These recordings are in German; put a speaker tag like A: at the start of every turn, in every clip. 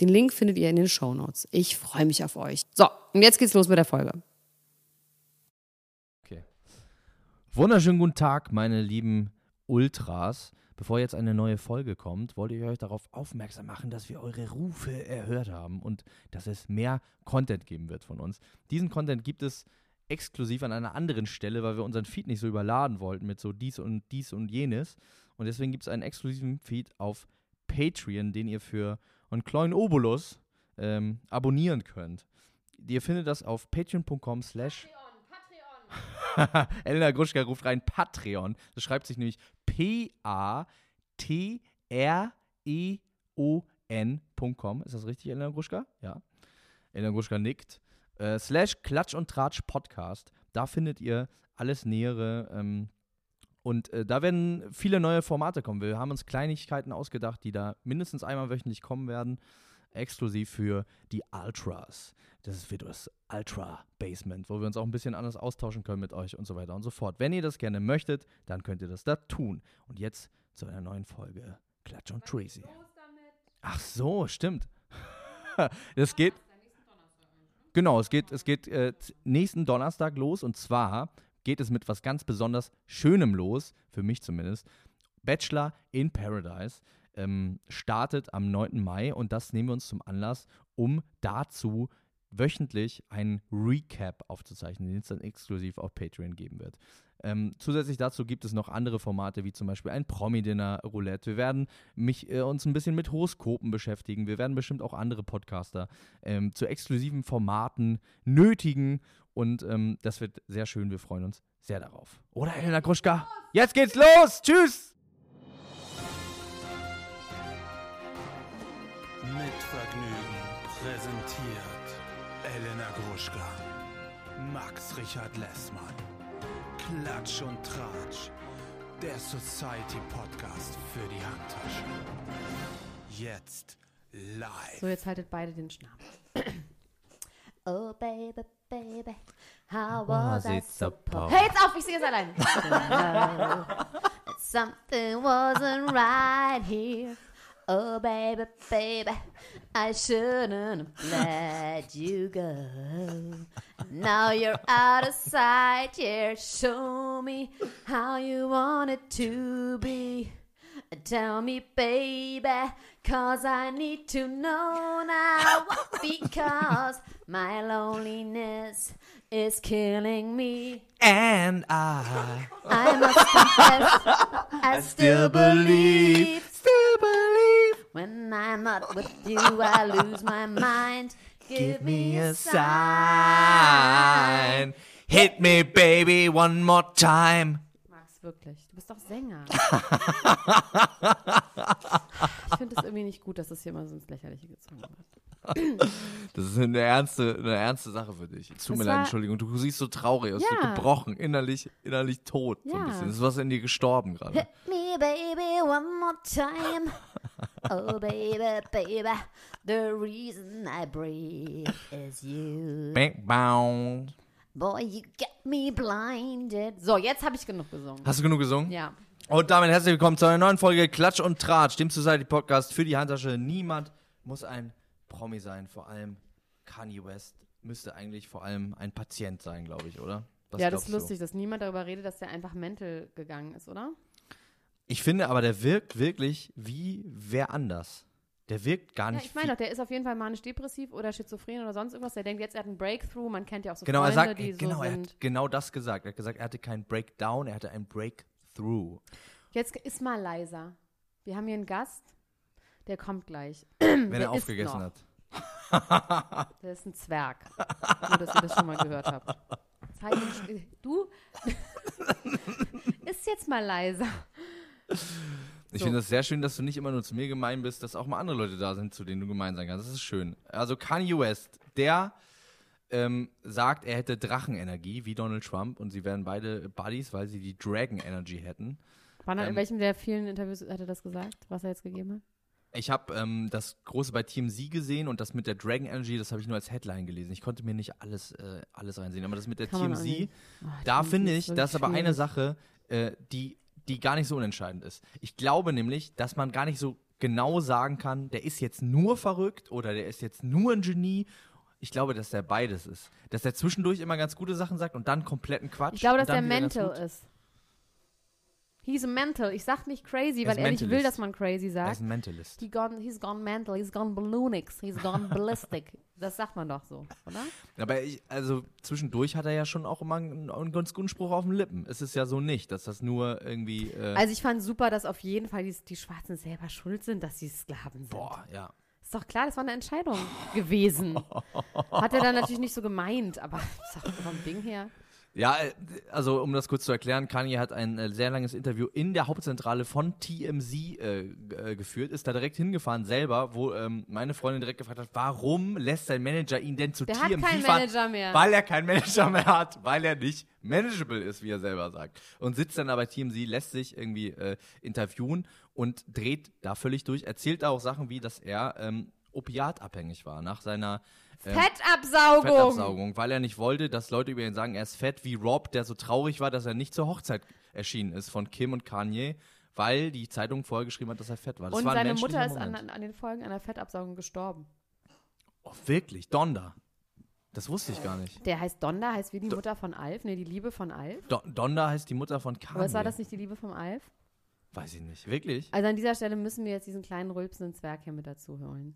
A: Den Link findet ihr in den Shownotes. Ich freue mich auf euch. So, und jetzt geht's los mit der Folge.
B: Okay. Wunderschönen guten Tag, meine lieben Ultras. Bevor jetzt eine neue Folge kommt, wollte ich euch darauf aufmerksam machen, dass wir eure Rufe erhört haben und dass es mehr Content geben wird von uns. Diesen Content gibt es exklusiv an einer anderen Stelle, weil wir unseren Feed nicht so überladen wollten mit so dies und dies und jenes. Und deswegen gibt es einen exklusiven Feed auf Patreon, den ihr für einen kleinen Obolus ähm, abonnieren könnt. Ihr findet das auf patreon.com slash Elena Gruschka ruft rein Patreon. Das schreibt sich nämlich P-A-T-R-E-O-N.com. Ist das richtig, Elena Gruschka? Ja. Elena Gruschka nickt. Äh, slash Klatsch und Tratsch Podcast. Da findet ihr alles Nähere. Ähm, und äh, da werden viele neue Formate kommen. Wir haben uns Kleinigkeiten ausgedacht, die da mindestens einmal wöchentlich kommen werden. Exklusiv für die Ultras. Das wird das Ultra Basement, wo wir uns auch ein bisschen anders austauschen können mit euch und so weiter und so fort. Wenn ihr das gerne möchtet, dann könnt ihr das da tun. Und jetzt zu einer neuen Folge Klatsch und Tracy. Ach so, stimmt. das geht. Genau, es geht, es geht äh, z- nächsten Donnerstag los und zwar geht es mit was ganz besonders Schönem los, für mich zumindest. Bachelor in Paradise ähm, startet am 9. Mai und das nehmen wir uns zum Anlass, um dazu wöchentlich einen Recap aufzuzeichnen, den es dann exklusiv auf Patreon geben wird. Ähm, zusätzlich dazu gibt es noch andere Formate, wie zum Beispiel ein Promi-Dinner-Roulette. Wir werden mich, äh, uns ein bisschen mit Horoskopen beschäftigen. Wir werden bestimmt auch andere Podcaster ähm, zu exklusiven Formaten nötigen. Und ähm, das wird sehr schön. Wir freuen uns sehr darauf. Oder, Elena Gruschka? Jetzt geht's los! Tschüss!
C: Mit Vergnügen präsentiert Elena Gruschka, Max Richard Lessmann, Klatsch und Tratsch, der Society Podcast für die Handtasche. Jetzt live.
A: So, jetzt haltet beide den Schnabel.
D: Oh baby, baby, how
B: Was
D: was I
B: it's about.
D: supposed? Hey, jetzt auf, ich singe es allein. Something wasn't right here. Oh baby, baby, I shouldn't have let you go. Now you're out of sight, yeah. Show me how you want it to be. Tell me, baby, cause I need to know now. because my loneliness is killing me.
B: And I
D: I must confess, I still believe.
B: still believe.
D: When I'm not with you, I lose my mind. Give me a sign.
B: sign. Hit me, baby, one more time.
A: Max, wirklich. Du bist doch Sänger. ich finde es irgendwie nicht gut, dass das hier immer so ins Lächerliche gezogen wird.
B: Das ist eine ernste, eine ernste Sache für dich. Tut mir
A: Das
B: leid,
A: war-
B: Entschuldigung. Du siehst so traurig aus, so
A: Ja.
B: gebrochen, innerlich, innerlich tot. So ein
A: Ja.
B: bisschen. Das ist was in dir gestorben gerade.
D: Hit me, baby, one more time. Oh, baby, baby, the reason I breathe is you.
B: Bang, bang.
D: Boy, you get me blinded.
A: So, jetzt habe ich genug gesungen.
B: Hast du genug gesungen?
A: Ja.
B: Und damit herzlich willkommen zu einer neuen Folge Klatsch und Tratsch, dem Society Podcast für die Handtasche. Niemand muss ein Promi sein, vor allem Kanye West müsste eigentlich vor allem ein Patient sein, glaube ich, oder? Was
A: ja, das ist
B: glaubst du?
A: lustig, dass niemand darüber redet, dass der einfach mental gegangen ist, oder?
B: Ich finde aber, der wirkt wirklich wie wer anders. Der wirkt gar
A: Ja,
B: nicht
A: ich meine
B: viel-
A: doch, der ist auf jeden Fall manisch-depressiv oder schizophren oder sonst irgendwas. Der denkt, jetzt er hat einen Breakthrough. Man kennt ja auch so
B: Genau, er
A: Freunde,
B: sagt,
A: die so
B: genau, er
A: sind.
B: hat genau das gesagt. Er hat gesagt, er hatte keinen Breakdown, er hatte einen Breakthrough.
A: Jetzt ist mal leiser. Wir haben hier einen Gast. Der kommt gleich.
B: Wenn
A: Wer
B: er
A: ist
B: aufgegessen
A: noch?
B: hat.
A: Der ist ein Zwerg. Nur, dass ihr das schon mal gehört habt. äh,
E: Zeichen. Du? Ist jetzt mal leiser.
B: Ich
E: So.
B: finde das sehr schön, dass du nicht immer nur zu mir gemein bist, dass auch mal andere Leute da sind, zu denen du gemein sein kannst. Das ist schön. Also Kanye West, der ähm, sagt, er hätte Drachenenergie wie Donald Trump und sie wären beide Buddies, weil sie die Dragon Energy hätten.
F: Wann hat,
B: Ähm,
F: in welchem der vielen Interviews hat er das gesagt, was er jetzt gegeben hat?
B: Ich habe ähm, das große bei Team Sie gesehen und das mit der Dragon Energy, das habe ich nur als Headline gelesen. Ich konnte mir nicht alles, äh, alles reinsehen, aber das mit der
F: Kann man
B: Team
F: auch
B: Sie,
F: nicht. Ah,
B: da
F: Team Sie
B: finde ich,
F: ist wirklich
B: das ist aber eine
F: schwierig.
B: Sache, äh, die, die gar nicht so unentscheidend ist. Ich glaube nämlich, dass man gar nicht so genau sagen kann, der ist jetzt nur verrückt oder der ist jetzt nur ein Genie. Ich glaube, dass der beides ist. Dass er zwischendurch immer ganz gute Sachen sagt und dann kompletten Quatsch.
E: Ich glaube, dass
B: und
E: der
B: dann wieder ganz
E: mental
B: gut.
E: ist. He's a mental. Ich sag nicht crazy,
B: Er
E: weil
B: ist
E: er nicht will,
B: Mentalist.
E: dass man crazy
B: Er
E: sagt.
B: ist ein Mentalist.
E: He gone, he's gone mental, he's gone balloonix, he's gone ballistic. Das sagt man doch so, oder?
B: Aber ich, also zwischendurch hat er ja schon auch immer einen, einen ganz guten Spruch auf den Lippen. Es ist ja so nicht, dass das nur irgendwie. Äh,
E: Also ich fand super, dass auf jeden Fall die, die Schwarzen selber schuld sind, dass sie Sklaven sind.
B: boah, ja.
E: Ist doch klar, das war eine Entscheidung gewesen. Hat er dann natürlich nicht so gemeint, aber ist doch vom Ding her.
B: Ja, äh, also um das kurz zu erklären, Kanye hat ein äh, sehr langes Interview in der Hauptzentrale von TMZ äh, g- äh, geführt, ist da direkt hingefahren selber, wo ähm, meine Freundin direkt gefragt hat, warum lässt sein Manager ihn denn zu
E: Der hat
B: TMZ
E: keinen
B: fahren?
E: Manager mehr.
B: Weil er keinen Manager mehr hat, weil er nicht manageable ist, wie er selber sagt. Und sitzt dann aber TMZ, lässt sich irgendwie äh, interviewen und dreht da völlig durch, erzählt da auch Sachen wie, dass er ähm, opiatabhängig war nach seiner ähm,
E: Fettabsaugung.
B: Fettabsaugung, weil er nicht wollte, dass Leute über ihn sagen, er ist fett wie Rob, der so traurig war, dass er nicht zur Hochzeit erschienen ist von Kim und Kanye, weil die Zeitung vorher geschrieben hat, dass er fett war. Das
E: Und
B: war ein
E: seine
B: menschlicher
E: Mutter ist
B: Moment.
E: an, an den Folgen einer Fettabsaugung gestorben.
B: Oh, wirklich? Donda. Das wusste ich gar nicht.
E: Der heißt Donda, heißt wie die Mutter von Alf, ne, die Liebe von Alf.
B: Do Donda heißt die Mutter von Kanye.
E: Was war das nicht die Liebe vom Alf?
B: Weiß ich nicht. Wirklich?
E: Also an dieser Stelle müssen wir jetzt diesen kleinen rülpsenden Zwerg hier mit dazu holen.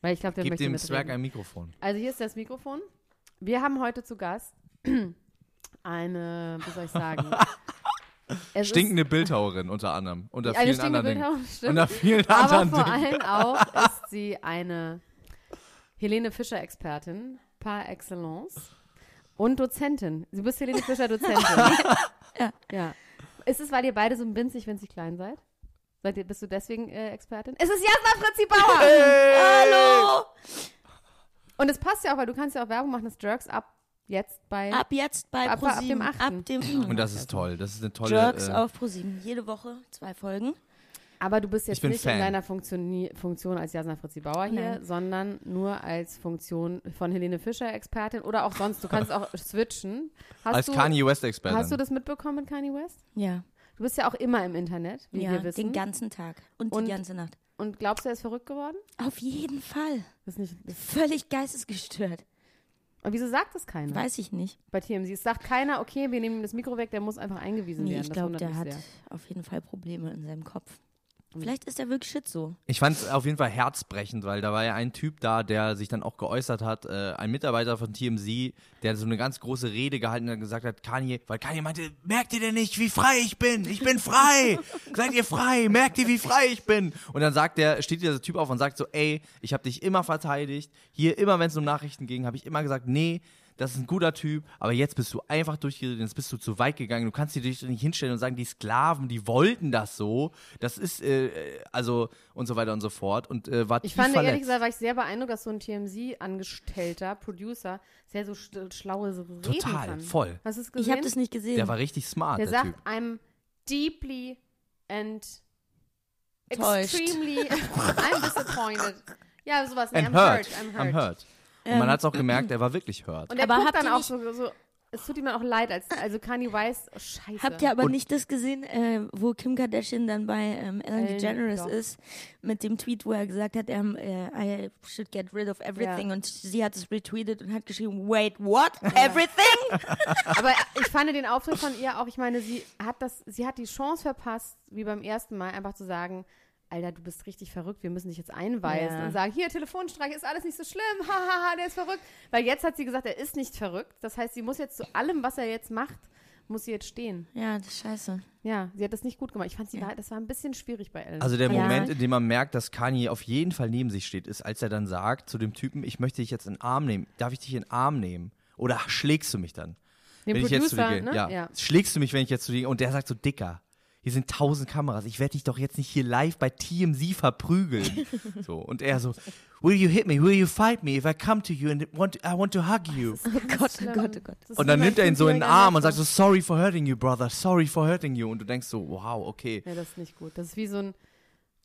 E: Weil ich glaube, der
B: Gib
E: möchte
B: dem
E: mitreden.
B: Zwerg ein Mikrofon.
E: Also hier ist das Mikrofon. Wir haben heute zu Gast eine, wie soll ich sagen? es
B: Stinkende Bildhauerin unter anderem. Unter
E: ist eine
B: vielen
E: stinkende
B: anderen Dingen.
E: Bildhauerin, stimmt.
B: Unter vielen
E: Aber
B: anderen
E: vor
B: Dingen.
E: allem auch ist sie eine Helene Fischer-Expertin par excellence und Dozentin. Du bist Helene Fischer-Dozentin. ja. Ist es, weil ihr beide so winzig, winzig klein seid? seid ihr, bist du deswegen äh, Expertin? Es ist Jasna Fritzi Bauer! Hallo! Und es passt ja auch, weil du kannst ja auch Werbung machen, dass Jerks ab jetzt bei
G: Ab jetzt bei
E: Ab- ab dem
G: ProSieben.
E: 8..
G: dem
B: Und das ist toll. Das ist eine tolle.
G: Jerks
B: äh,
G: auf ProSieben. Jede Woche zwei Folgen.
E: Aber du bist jetzt
B: bin
E: nicht
B: Fan.
E: in deiner Funktioni Funktion als Jasna Fritzi Bauer hier,
G: Nein.
E: sondern nur als Funktion von Helene Fischer Expertin oder auch sonst. Du kannst auch switchen. Hast
B: als
E: du,
B: Kanye West-Expertin.
E: Hast du das mitbekommen mit Kanye West?
G: Ja.
E: Du bist ja auch immer im Internet, wie
G: ja,
E: wir
G: den
E: wissen.
G: ganzen Tag und,
E: Und-
G: die ganze Nacht.
E: Und glaubst du, er ist verrückt geworden?
G: Auf jeden Fall.
E: Das ist nicht, das
G: Völlig geistesgestört.
E: und wieso sagt das keiner
G: Weiß ich nicht.
E: bei TMZ? Es sagt keiner, okay, wir nehmen ihm das Mikro weg, der muss einfach eingewiesen
G: Nee,
E: werden.
G: ich
E: Das
G: glaube,
E: wundert
G: der
E: mich
G: hat
E: sehr.
G: auf jeden Fall Probleme in seinem Kopf.
E: Hm.
G: Vielleicht ist er wirklich shit so.
B: Ich fand es auf jeden Fall herzbrechend, weil da war ja ein Typ da, der sich dann auch geäußert hat, äh, ein Mitarbeiter von TMZ, der so eine ganz große Rede gehalten hat und gesagt hat, Kanye, weil Kanye meinte, merkt ihr denn nicht, wie frei ich bin? Ich bin frei! Seid ihr frei? Merkt ihr, wie frei ich bin? Und dann sagt der, steht dieser Typ auf und sagt so, ey, ich habe dich immer verteidigt, hier immer, wenn es um Nachrichten ging, habe ich immer gesagt, nee, das ist ein guter Typ, aber jetzt bist du einfach durchgeredet, jetzt bist du zu weit gegangen. Du kannst dir dich nicht hinstellen und sagen, die Sklaven, die wollten das so. Das ist, äh, äh, also, und so weiter und so fort. Und äh, war
E: Ich
B: tief
E: fand,
B: verletzt.
E: ehrlich gesagt, war ich sehr beeindruckt, dass so ein TMZ-Angestellter, Producer, sehr so sch- schlaue so reden
B: Total,
E: kann.
B: voll.
E: Hast du es
G: Ich
E: gesehen?
G: habe das nicht gesehen.
B: der war richtig smart,
E: Der
B: der,
E: sagt
B: Typ.
E: I'm deeply and
G: Täuscht.
E: extremely I'm disappointed. Ja, sowas. Nee,
B: And
E: I'm
B: hurt,
E: hurt. I'm
B: I'm
E: hurt. Ähm.
B: hurt.
G: Ähm,
B: Und man hat es auch gemerkt, er war wirklich hurt.
E: Und er
G: Aber
E: guckt
G: habt
E: dann
G: ihr
E: auch
G: nicht-
E: so, so, es tut ihm dann auch leid, als, also Kanye West, oh, scheiße.
G: Habt ihr aber
B: Und-
G: nicht das gesehen, äh, wo Kim Kardashian dann bei ähm, Ellen
E: Ellen,
G: DeGeneres
E: doch.
G: ist, mit dem Tweet, wo er gesagt hat, ähm, äh, I should get rid of everything. Und sie hat es retweetet und hat geschrieben, wait, what? Everything?
E: aber ich fand den Auftritt von ihr auch, ich meine, sie hat das, sie hat die Chance verpasst, wie beim ersten Mal, einfach zu sagen, Alter, du bist richtig verrückt, wir müssen dich jetzt einweisen
G: Ja.
E: und sagen, hier, Telefonstreik, ist alles nicht so schlimm, hahaha, der ist verrückt. Weil jetzt hat sie gesagt, er ist nicht verrückt. Das heißt, sie muss jetzt zu allem, was er jetzt macht, muss sie jetzt stehen.
G: Ja, das ist scheiße.
E: Ja, sie hat das nicht gut gemacht. Ich fand, sie war, das war ein bisschen schwierig bei Ellen.
B: Also der
G: Ja.
B: Moment, in dem man merkt, dass Kanye auf jeden Fall neben sich steht, ist, als er dann sagt zu dem Typen, ich möchte dich jetzt in den Arm nehmen. Darf ich dich in den Arm nehmen? Oder schlägst du mich dann? wenn ich jetzt zu dir
E: Producer,
B: gehe.
E: ne?
B: Ja.
E: Ja.
B: Schlägst du mich, wenn ich jetzt zu dir gehe? Und der sagt so, Dicker, hier sind tausend Kameras. Ich werde dich doch jetzt nicht hier live bei TMZ verprügeln. so, und er so, will you hit me? Will you fight me? If I come to you and want I want to hug you.
G: Oh Gott, oh Gott, oh Gott.
E: Das ist
B: Und dann
E: wie bei
B: nimmt er ihn so in den
E: Fünfjähriger
B: Arm und sagt
E: Nachbar.
B: so, sorry for hurting you, brother. Sorry for hurting you. Und du denkst so, wow, okay.
E: Ja, das ist nicht gut. Das ist wie so ein.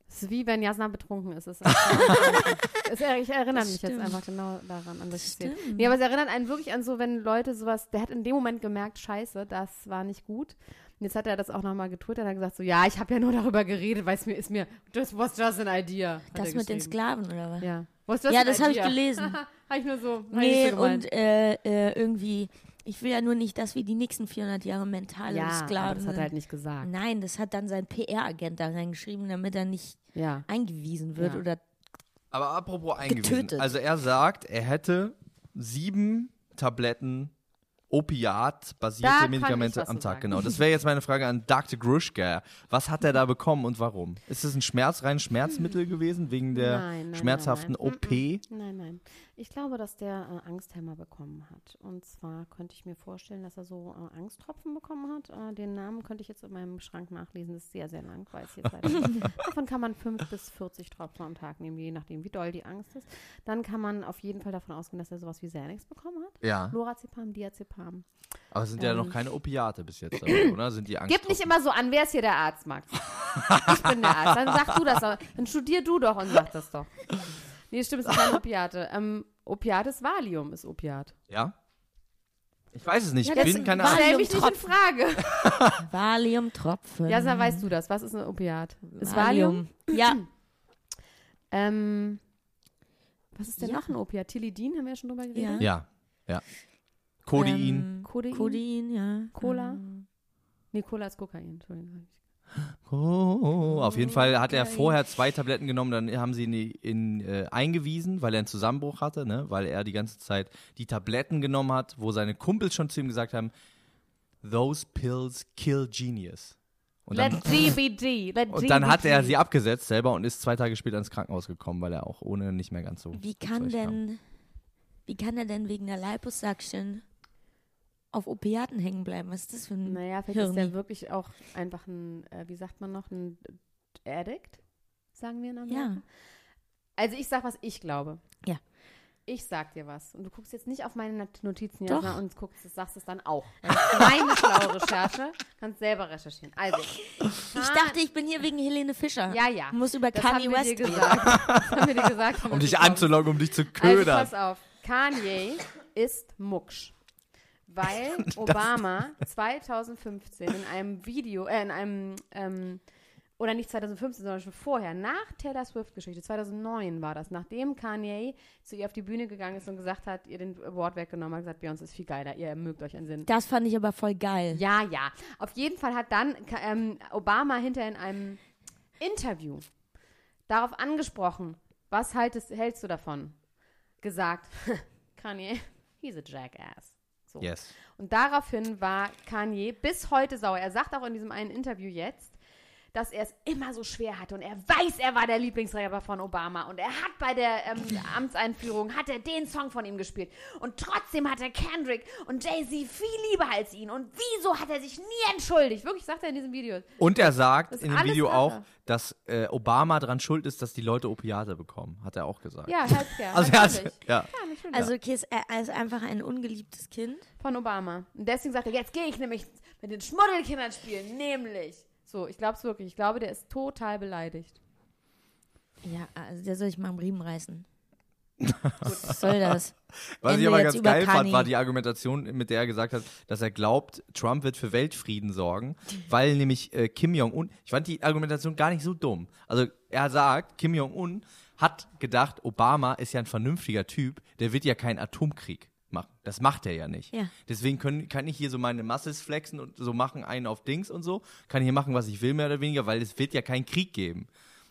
E: Das ist wie wenn Jasna betrunken ist. Das ist einfach- es, er- ich erinnere mich jetzt
G: stimmt.
E: einfach genau daran, an solche Szenen.
G: Stimmt.
E: Nee, aber es erinnert einen wirklich an so, wenn Leute sowas, der hat in dem Moment gemerkt, scheiße, das war nicht gut. Und jetzt hat er das auch nochmal getwittert und hat gesagt so, ja, ich habe ja nur darüber geredet, weil es mir ist mir, just was just an idea. hat
G: Das
E: er
G: mit den
E: geschrieben.
G: Sklaven, oder was?
E: Ja, was just
G: Ja,
E: an
G: das habe ich
E: idea.
G: gelesen.
E: Habe ich nur so. hab ich nicht
G: Nee,
E: so gemeint.
G: und äh, äh, irgendwie, ich will ja nur nicht, dass wir die nächsten 400 Jahre mentale
E: ja, aber
G: Sklaven
E: das hat
G: sind.
E: er halt nicht gesagt.
G: Nein, das hat dann sein PR-Agent da reingeschrieben, damit er nicht
E: Ja.
G: eingewiesen wird
E: Ja.
G: oder
B: Aber apropos eingewiesen.
G: Getötet.
B: Also er sagt, er hätte sieben Tabletten
E: Da
B: Opiat-basierte
E: kann ich
B: Medikamente
E: was
B: am
E: zu
B: Tag.
E: sagen.
B: Genau. Das wäre jetzt meine Frage an Dr. Gruschka. Was hat er da bekommen und warum? Ist es ein Schmerz, rein Schmerzmittel gewesen wegen der
E: Nein, nein,
B: schmerzhaften
E: nein, nein.
B: OP?
E: Nein, nein. Ich glaube, dass der äh, Angsthämmer bekommen hat. Und zwar könnte ich mir vorstellen, dass er so äh, Angsttropfen bekommen hat. Äh, den Namen könnte ich jetzt in meinem Schrank nachlesen. Das ist sehr, sehr lang, weiß ich jetzt leider nicht. Davon kann man 5 bis 40 Tropfen am Tag nehmen, je nachdem, wie doll die Angst ist. Dann kann man auf jeden Fall davon ausgehen, dass er sowas wie Xanax bekommen hat.
B: Ja.
E: Lorazepam, Diazepam.
B: Aber es sind ja noch keine Opiate bis jetzt dabei, oder? Sind die Angst?
E: Gib nicht immer so an, wer ist hier der Arzt, Max? Ich bin der Arzt. Dann sag du das doch. Dann studier du doch und sag das doch. Nee, stimmt, es sind keine Opiate. Ähm, Opiat ist Valium, ist Opiat.
B: Ja? Ich weiß es nicht.
E: Ja,
B: ich
E: das
B: bin keine
G: war-
B: Ahnung.
E: Stell mich nicht in Frage.
G: Valium-Tropfen.
E: Jasna, weißt du das? Was ist ein Opiat? Ist Valium?
G: Ja,
E: Ähm, was ist denn
G: Ja.
E: noch ein Opiat? Tilidin, haben wir ja schon drüber geredet.
G: Ja.
B: Ja. Ja. Codein.
G: Ähm,
E: Codein?
G: Codein, ja.
E: Cola?
G: Ähm.
E: Nee, Cola ist Kokain. Entschuldigung.
B: Oh, auf jeden Fall hat er vorher zwei Tabletten genommen, dann haben sie ihn in, äh, eingewiesen, weil er einen Zusammenbruch hatte, ne? weil er die ganze Zeit die Tabletten genommen hat, wo seine Kumpels schon zu ihm gesagt haben, those pills kill genius. Und dann,
E: Let GBG. Let
B: und dann hat er sie abgesetzt selber und ist zwei Tage später ins Krankenhaus gekommen, weil er auch ohne nicht mehr ganz so.
G: Ähm, Wie kann
B: Zeug haben.
G: denn, wie kann er denn wegen der Liposuction auf Opiaten hängen bleiben? Was ist das für ein
E: Naja, vielleicht ist der
G: Hirni.
E: wirklich auch einfach ein, äh, wie sagt man noch, ein Addict, sagen wir in Amerika.
G: Ja,
E: Also ich sag, was ich glaube.
G: Ja.
E: Ich sag dir was. Und du guckst jetzt nicht auf meine Nat- Notizen,
G: Doch.
E: Jasna, und guckst, es- sagst es dann auch. Das ist meine schlaue Recherche. Kannst selber recherchieren. Also.
G: ich dachte, ich bin hier wegen Helene Fischer.
E: Ja, ja.
G: Muss über
E: das
G: Kanye
E: haben wir
G: West
E: dir
G: reden.
E: gesagt. Das haben wir dir gesagt.
B: Um dich
E: anzulocken.
B: anzulocken, um dich zu
E: Also
B: ködern.
E: pass auf, Kanye ist Mucksch, weil Obama 2015 in einem Video, äh, in einem, ähm, oder nicht 2015, sondern schon vorher, nach Taylor Swift-Geschichte, 2009 war das, nachdem Kanye zu ihr auf die Bühne gegangen ist und gesagt hat, ihr den Award weggenommen hat, gesagt, Beyoncé ist viel geiler, ihr mögt euch einen Sinn.
G: Das fand ich aber voll geil.
E: Ja, ja. Auf jeden Fall hat dann Ka- ähm, Obama hinter in einem Interview darauf angesprochen, was haltest, hältst du davon? Gesagt, Kanye, he's a jackass. So.
B: Yes.
E: Und daraufhin war Kanye bis heute sauer. Er sagt auch in diesem einen Interview jetzt, dass er es immer so schwer hatte und er weiß, er war der Lieblingsrapper von Obama und er hat bei der ähm, Amtseinführung hat er den Song von ihm gespielt und trotzdem hat er Kendrick und Jay Z viel lieber als ihn und wieso hat er sich nie entschuldigt? Wirklich sagt er in diesem Video.
B: Und er sagt
E: Das ist
B: in dem
E: alles
B: Video
E: Sache.
B: auch, dass äh, Obama dran schuld ist, dass die Leute Opiate bekommen, hat er auch gesagt.
E: Ja, Healthcare.
B: Also er hat,
E: natürlich.
B: ja.
E: Ja, natürlich.
G: Also, okay, ist er er ist einfach ein ungeliebtes Kind.
E: von Obama. Und deswegen sagt er, jetzt gehe ich nämlich mit den Schmuddelkindern spielen, nämlich. So, ich glaube es wirklich. Ich glaube, der ist total beleidigt.
G: Ja, also der soll ich mal am Riemen reißen. Was soll das?
B: Was
G: Wenn
B: ich
G: du
B: aber
G: jetzt
B: ganz
G: über
B: geil fand,
G: Kanye-
B: war die Argumentation, mit der er gesagt hat, dass er glaubt, Trump wird für Weltfrieden sorgen, weil nämlich äh, Kim Jong-un, ich fand die Argumentation gar nicht so dumm. Also er sagt, Kim Jong-un hat gedacht, Obama ist ja ein vernünftiger Typ, der wird ja keinen Atomkrieg machen. Das macht er ja nicht.
G: Ja.
B: Deswegen können, kann ich hier so meine Muscles flexen und so machen, einen auf Dings und so, kann hier machen, was ich will, mehr oder weniger, weil es wird ja keinen Krieg geben.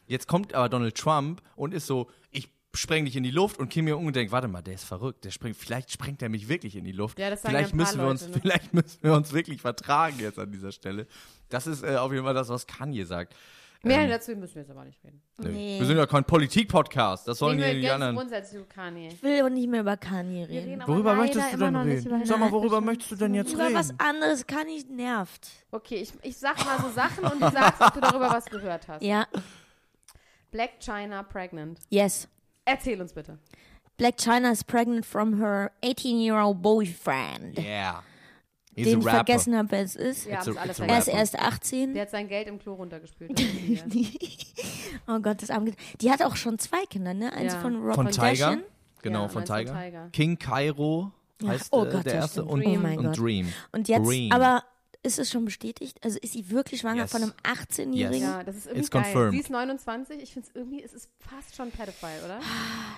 B: Jetzt kommt aber Donald Trump und ist so, ich spreng dich in die Luft und Kim Jong-un denkt, warte mal, der ist verrückt, der springt, vielleicht sprengt er mich wirklich in die Luft.
E: Ja, das sagen
B: vielleicht
E: ja ein paar
B: müssen wir uns,
E: Leute, ne?
B: vielleicht müssen wir uns wirklich vertragen jetzt an dieser Stelle. Das ist äh, auf jeden Fall das, was Kanye sagt.
E: Mehr dazu müssen wir jetzt aber nicht reden.
B: Nö.
G: Nee.
B: Wir sind ja kein Politik-Podcast. Das sollen
E: Reden wir
B: die, die
E: ganz
B: anderen.
E: grundsätzlich zu Kanye.
G: Ich will auch nicht mehr über Kanye
E: Wir
G: reden.
E: reden aber
B: Worüber
E: leider
B: möchtest du
E: immer
B: denn
E: noch nicht
B: reden?
E: über
B: Sag mal,
E: Kanye.
B: worüber möchtest du denn jetzt
G: Über
B: reden?
G: was anderes, Kanye nervt.
E: Okay, ich, ich sag mal so Sachen und du sagst, ob du darüber was gehört hast.
G: Ja,
E: Black China pregnant.
G: yes.
E: Erzähl uns bitte.
G: Black China is pregnant from her 18-year-old boyfriend.
B: Yeah. He's
G: Den
B: a
G: ich
B: rapper.
G: vergessen habe, wer es ist.
E: Wir
B: It's
E: haben
B: a-
E: alles
B: it's a
G: Er
E: vergessen.
G: ist erst 18.
E: Der hat sein Geld im Klo runtergespült. Das wissen wir.
G: oh Gott, das arme Kind. Die hat auch schon zwei Kinder, ne? Eins
E: Ja.
G: von Rob
B: Von Tiger.
G: Kardashian.
B: Genau,
E: Ja,
B: von
E: eins von
B: Tiger.
E: Tiger.
B: King Cairo heißt
G: oh
B: äh,
G: Gott,
B: der
G: ja,
B: erste
G: stimmt.
B: und,
G: Oh mein
B: und
G: Gott.
B: Dream.
G: Und jetzt,
B: Dream.
G: aber ist es schon bestätigt? Also ist sie wirklich schwanger
B: Yes.
G: von einem 18-Jährigen?
E: Ja, das ist irgendwie
B: It's
E: geil.
B: confirmed.
E: Sie ist 29. Ich finde es irgendwie, es ist fast schon pedophile, oder?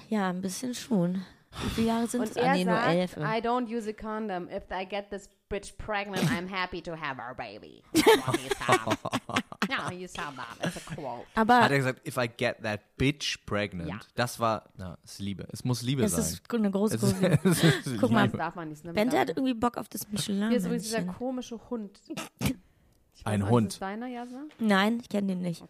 G: Ja, ein bisschen schon. Wie viele Jahre sind es?
E: Und
G: Ah,
E: er
G: nee, nur elf.
E: sagt, I don't use a condom. If I get this bitch pregnant, I'm happy to have her baby. Now you saw that. Now you saw that. It's a quote.
G: Aber
B: Hat er gesagt, if I get that bitch pregnant.
E: Ah. Ja.
B: Das war, na, es ist Liebe. Es muss Liebe
G: es
B: sein.
G: ist eine große
B: es ist,
G: Kurve.
B: es ist
G: Guck mal,
E: Das darf man nicht. Ne?
G: Bente hat irgendwie Bock auf das michelin
E: Hier ist übrigens dieser
G: männchen
E: komische Hund. Ich weiß
B: Ein
E: nicht,
B: Hund.
E: Ist das deiner, Jasna?
G: Nein, ich kenne den nicht.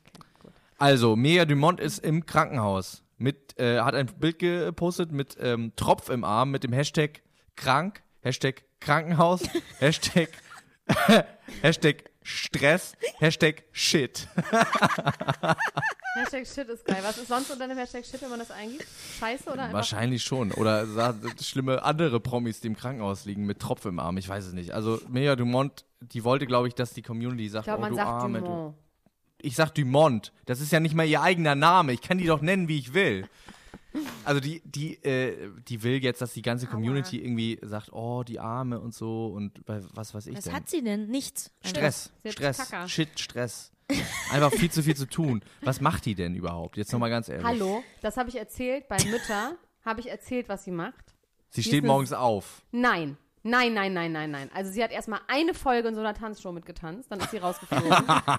B: Also, Mia Dumont ist im Krankenhaus. Mit, äh, hat ein Bild gepostet mit ähm, Tropf im Arm, mit dem Hashtag krank, Hashtag Krankenhaus, Hashtag, Hashtag Stress, Hashtag Shit.
E: Hashtag Shit ist geil. Was ist sonst unter dem Hashtag Shit, wenn man das eingibt? Scheiße oder einfach
B: Wahrscheinlich schon. Oder sa- schlimme andere Promis, die im Krankenhaus liegen, mit Tropf im Arm. Ich weiß es nicht. Also, Mia Dumont, die wollte, glaube ich, dass die Community sagt,
E: Ich glaube,
B: oh,
E: man
B: du
E: sagt
B: Arme, du
E: Dumont.
B: ich sag Dumont. Das ist ja nicht mal ihr eigener Name. Ich kann die doch nennen, wie ich will. Also die, die, äh, die will jetzt, dass die ganze Community irgendwie sagt, oh, die Arme und so und bei- was weiß ich
G: Was
B: denn.
G: hat sie denn? Nichts.
B: Stress,
E: Sie hat
B: Stress,
E: Kacker.
B: Shit, Stress. Einfach viel zu viel zu tun. Was macht die denn überhaupt? Jetzt nochmal ganz ehrlich.
E: Hallo, das habe ich erzählt bei Mütter. habe ich erzählt, was sie macht?
B: Sie
E: Hier ist
B: steht
E: eine-
B: morgens auf.
E: Nein. Nein, nein, nein, nein, nein. Also sie hat erstmal eine Folge in so einer Tanzshow mitgetanzt, dann ist sie rausgeflogen.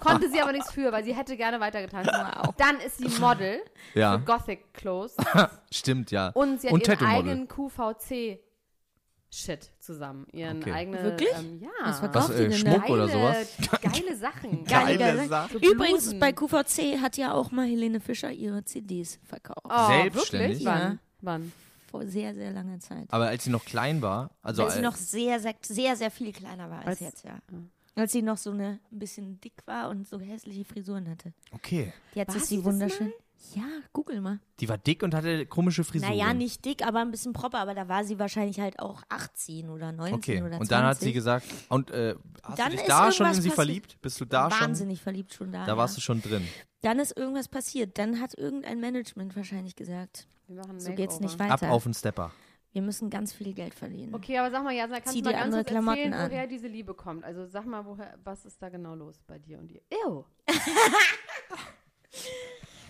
E: Konnte sie aber nichts für, weil sie hätte gerne weiter getanzt. Dann ist sie Model
B: Ja.
E: für Gothic Clothes
B: Stimmt, ja.
E: und sie hat ihren
B: Tattoo-Model.
E: eigenen QVC Shit zusammen, ihren
B: Okay.
E: eigenen
G: Wirklich?
E: ähm, ja.
G: Was
B: Was,
G: verkauft
B: äh,
G: sie denn
B: Schmuck
G: da?
B: oder
E: geile,
B: sowas?
E: geile Sachen.
B: Geile
E: Geile Sachen.
B: Sache.
E: So Blusen.
G: Übrigens, bei QVC hat ja auch mal Helene Fischer ihre CDs verkauft.
E: oh,
B: Selbstständig?
E: Wirklich?
G: Ja.
E: Wann? Wann?
G: Vor sehr, sehr langer Zeit.
B: Aber als sie noch klein war, also
G: als sie
B: äh,
G: noch sehr, sehr, sehr, sehr viel kleiner war als,
E: Als-
G: jetzt, ja. Als sie noch so eine, ein bisschen dick war und so hässliche Frisuren hatte.
B: okay,
G: Jetzt
E: War
G: ist
E: sie
G: sie
E: das
G: wunderschön. Ja, google mal.
B: die war dick und hatte komische Frisuren.
G: Naja, nicht dick, aber ein bisschen proper. Aber da war sie wahrscheinlich halt auch 18 oder 19
B: Okay,
G: oder 20.
B: und dann hat sie gesagt, und äh, hast
G: Dann
B: du dich
G: ist
B: da schon in
G: irgendwas
B: sie
G: passi-
B: verliebt? Bist du da schon?
G: Wahnsinnig verliebt schon da.
B: Da
G: ja.
B: warst du schon drin.
G: Dann ist irgendwas passiert. Dann hat irgendein Management wahrscheinlich gesagt,
E: Wir machen
G: so geht's nicht
E: Makeover.
G: weiter.
B: Ab auf den Stepper.
G: Wir müssen ganz viel Geld verdienen.
E: Okay, aber sag mal, Jasna, kannst
G: Zieh
E: du mal
G: dir
E: ganz
G: andere
E: kurz erzählen,
G: Klamotten an.
E: woher diese Liebe kommt? Also sag mal, woher, was ist da genau los bei dir und ihr? Ew.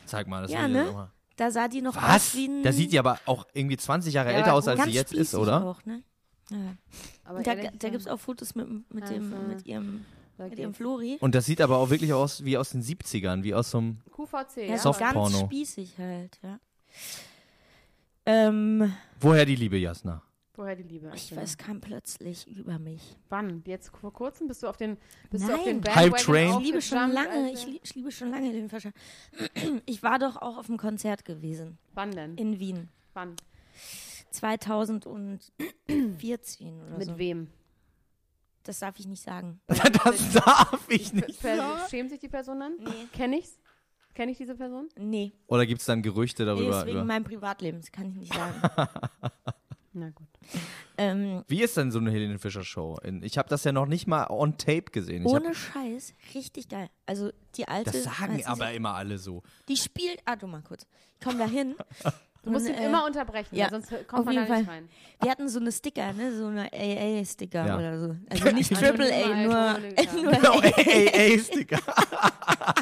B: Zeig mal, das
G: Ja,
B: will ich
G: ne?
B: jetzt auch mal.
G: Da sah die noch
B: Was?
G: aus wie ein...
B: Da sieht die aber auch irgendwie 20 Jahre
E: Ja,
B: älter
E: aber
B: aus, als
G: ganz
B: sie jetzt ist,
G: spießig
B: oder?
G: Auch, ne? ja.
E: Aber
G: Und Da,
E: ehrlich, ähm,
G: da gibt's auch Fotos mit, dem- mit,
E: Also,
G: dem, mit ihrem,
E: da
G: mit ihrem
E: geht's.
G: Flori.
B: Und das sieht aber auch wirklich aus wie aus den 70ern, wie aus so einem.
E: QVC,
G: Ja,
E: ja.
G: so
B: Softporno.
G: ganz spießig halt, ja. Ähm,
B: Woher die Liebe, Jasna?
E: Woher die Liebe?
G: ich
E: Erzähl.
G: weiß, kam plötzlich über mich.
E: Wann? Jetzt vor kurzem bist du auf den bist du auf
G: Nein.
E: den
B: Hype
E: Bandwagon
B: Train.
G: Ich liebe schon
E: aufgejumpt,
G: lange,
E: als
G: ich,
E: er-
G: lie- ich liebe schon lange den Fischer. Ich war doch auch auf einem Konzert gewesen
E: Wann denn?
G: in Wien.
E: Wann?
G: 2014 oder
E: Mit
G: so.
E: wem?
G: Das darf ich nicht sagen.
B: Das darf ich
E: Die
B: nicht.
E: Per- Schämt sich die Person dann? Nee. Kenn ich's? Kenn ich diese Person?
G: Nee,
B: Oder gibt es dann Gerüchte
G: nee
B: darüber?
G: deswegen
B: über-
G: mein Privatleben, das kann ich nicht sagen.
E: Na gut.
G: ähm,
B: Wie ist denn so eine Helene Fischer Show? In- Ich habe das ja noch nicht mal on tape gesehen. Ich hab,
G: Ohne Scheiß, richtig geil. Also die alte.
B: das
G: als
B: sagen
G: sie
B: aber
G: so-
B: immer alle so.
G: Die spielt. Ah, du mal kurz. Ich komm da hin.
E: Du musst ihn immer unterbrechen,
G: äh, ja,
E: sonst
G: auf
E: kommt man da
G: jeden
E: nicht
G: Fall.
E: rein.
G: Wir hatten so eine Sticker, ne? So eine AA-Sticker
B: Ja.
G: oder so. Also nicht
B: Ja.
G: Triple A,
E: Anonyme
G: nur,
E: Alkoholiker.
G: nur
B: Genau, AA-Sticker.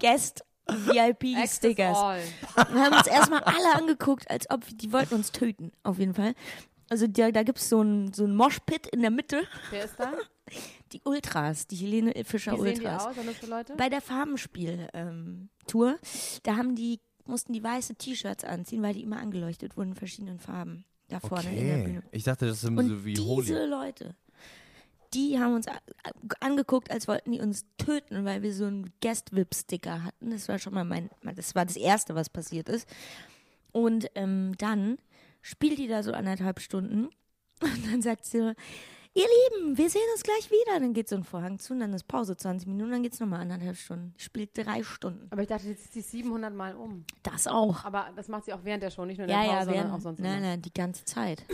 G: Guest
E: Access
G: VIP-Stickers.
E: all.
G: Wir haben uns erstmal alle angeguckt, als ob die wollten uns töten, auf jeden Fall. Also da, da gibt es so ein, so ein Moshpit in der Mitte.
E: Wer ist da?
G: Die Ultras, die Helene Fischer
E: Wie sehen die
G: Ultras.
E: aus? Sind das für Leute?
G: bei der Farbenspiel-Tour, da haben die, mussten die weiße T-Shirts anziehen, weil die immer angeleuchtet wurden in verschiedenen Farben. Da vorne in der
B: Okay.
G: Bühne.
B: Ich dachte, das sind
G: Und
B: so wie
G: diese
B: Holy.
G: Leute, die haben uns a- angeguckt, als wollten die uns töten, weil wir so einen Guest-Vip-Sticker hatten. Das war schon mal mein, das war das Erste, was passiert ist. Und ähm, dann spielt die da so anderthalb Stunden und dann sagt sie, ihr Lieben, wir sehen uns gleich wieder. Dann geht so ein Vorhang zu und dann ist Pause 20 Minuten, dann geht es nochmal anderthalb Stunden. Spielt drei Stunden.
E: Aber ich dachte, jetzt ist die 700 Mal um.
G: Das auch.
E: Aber das macht sie auch während der Show, nicht nur in
G: Ja,
E: der Pause,
G: ja,
E: sondern
G: während,
E: auch sonst.
G: nein,
E: immer.
G: nein, die ganze Zeit.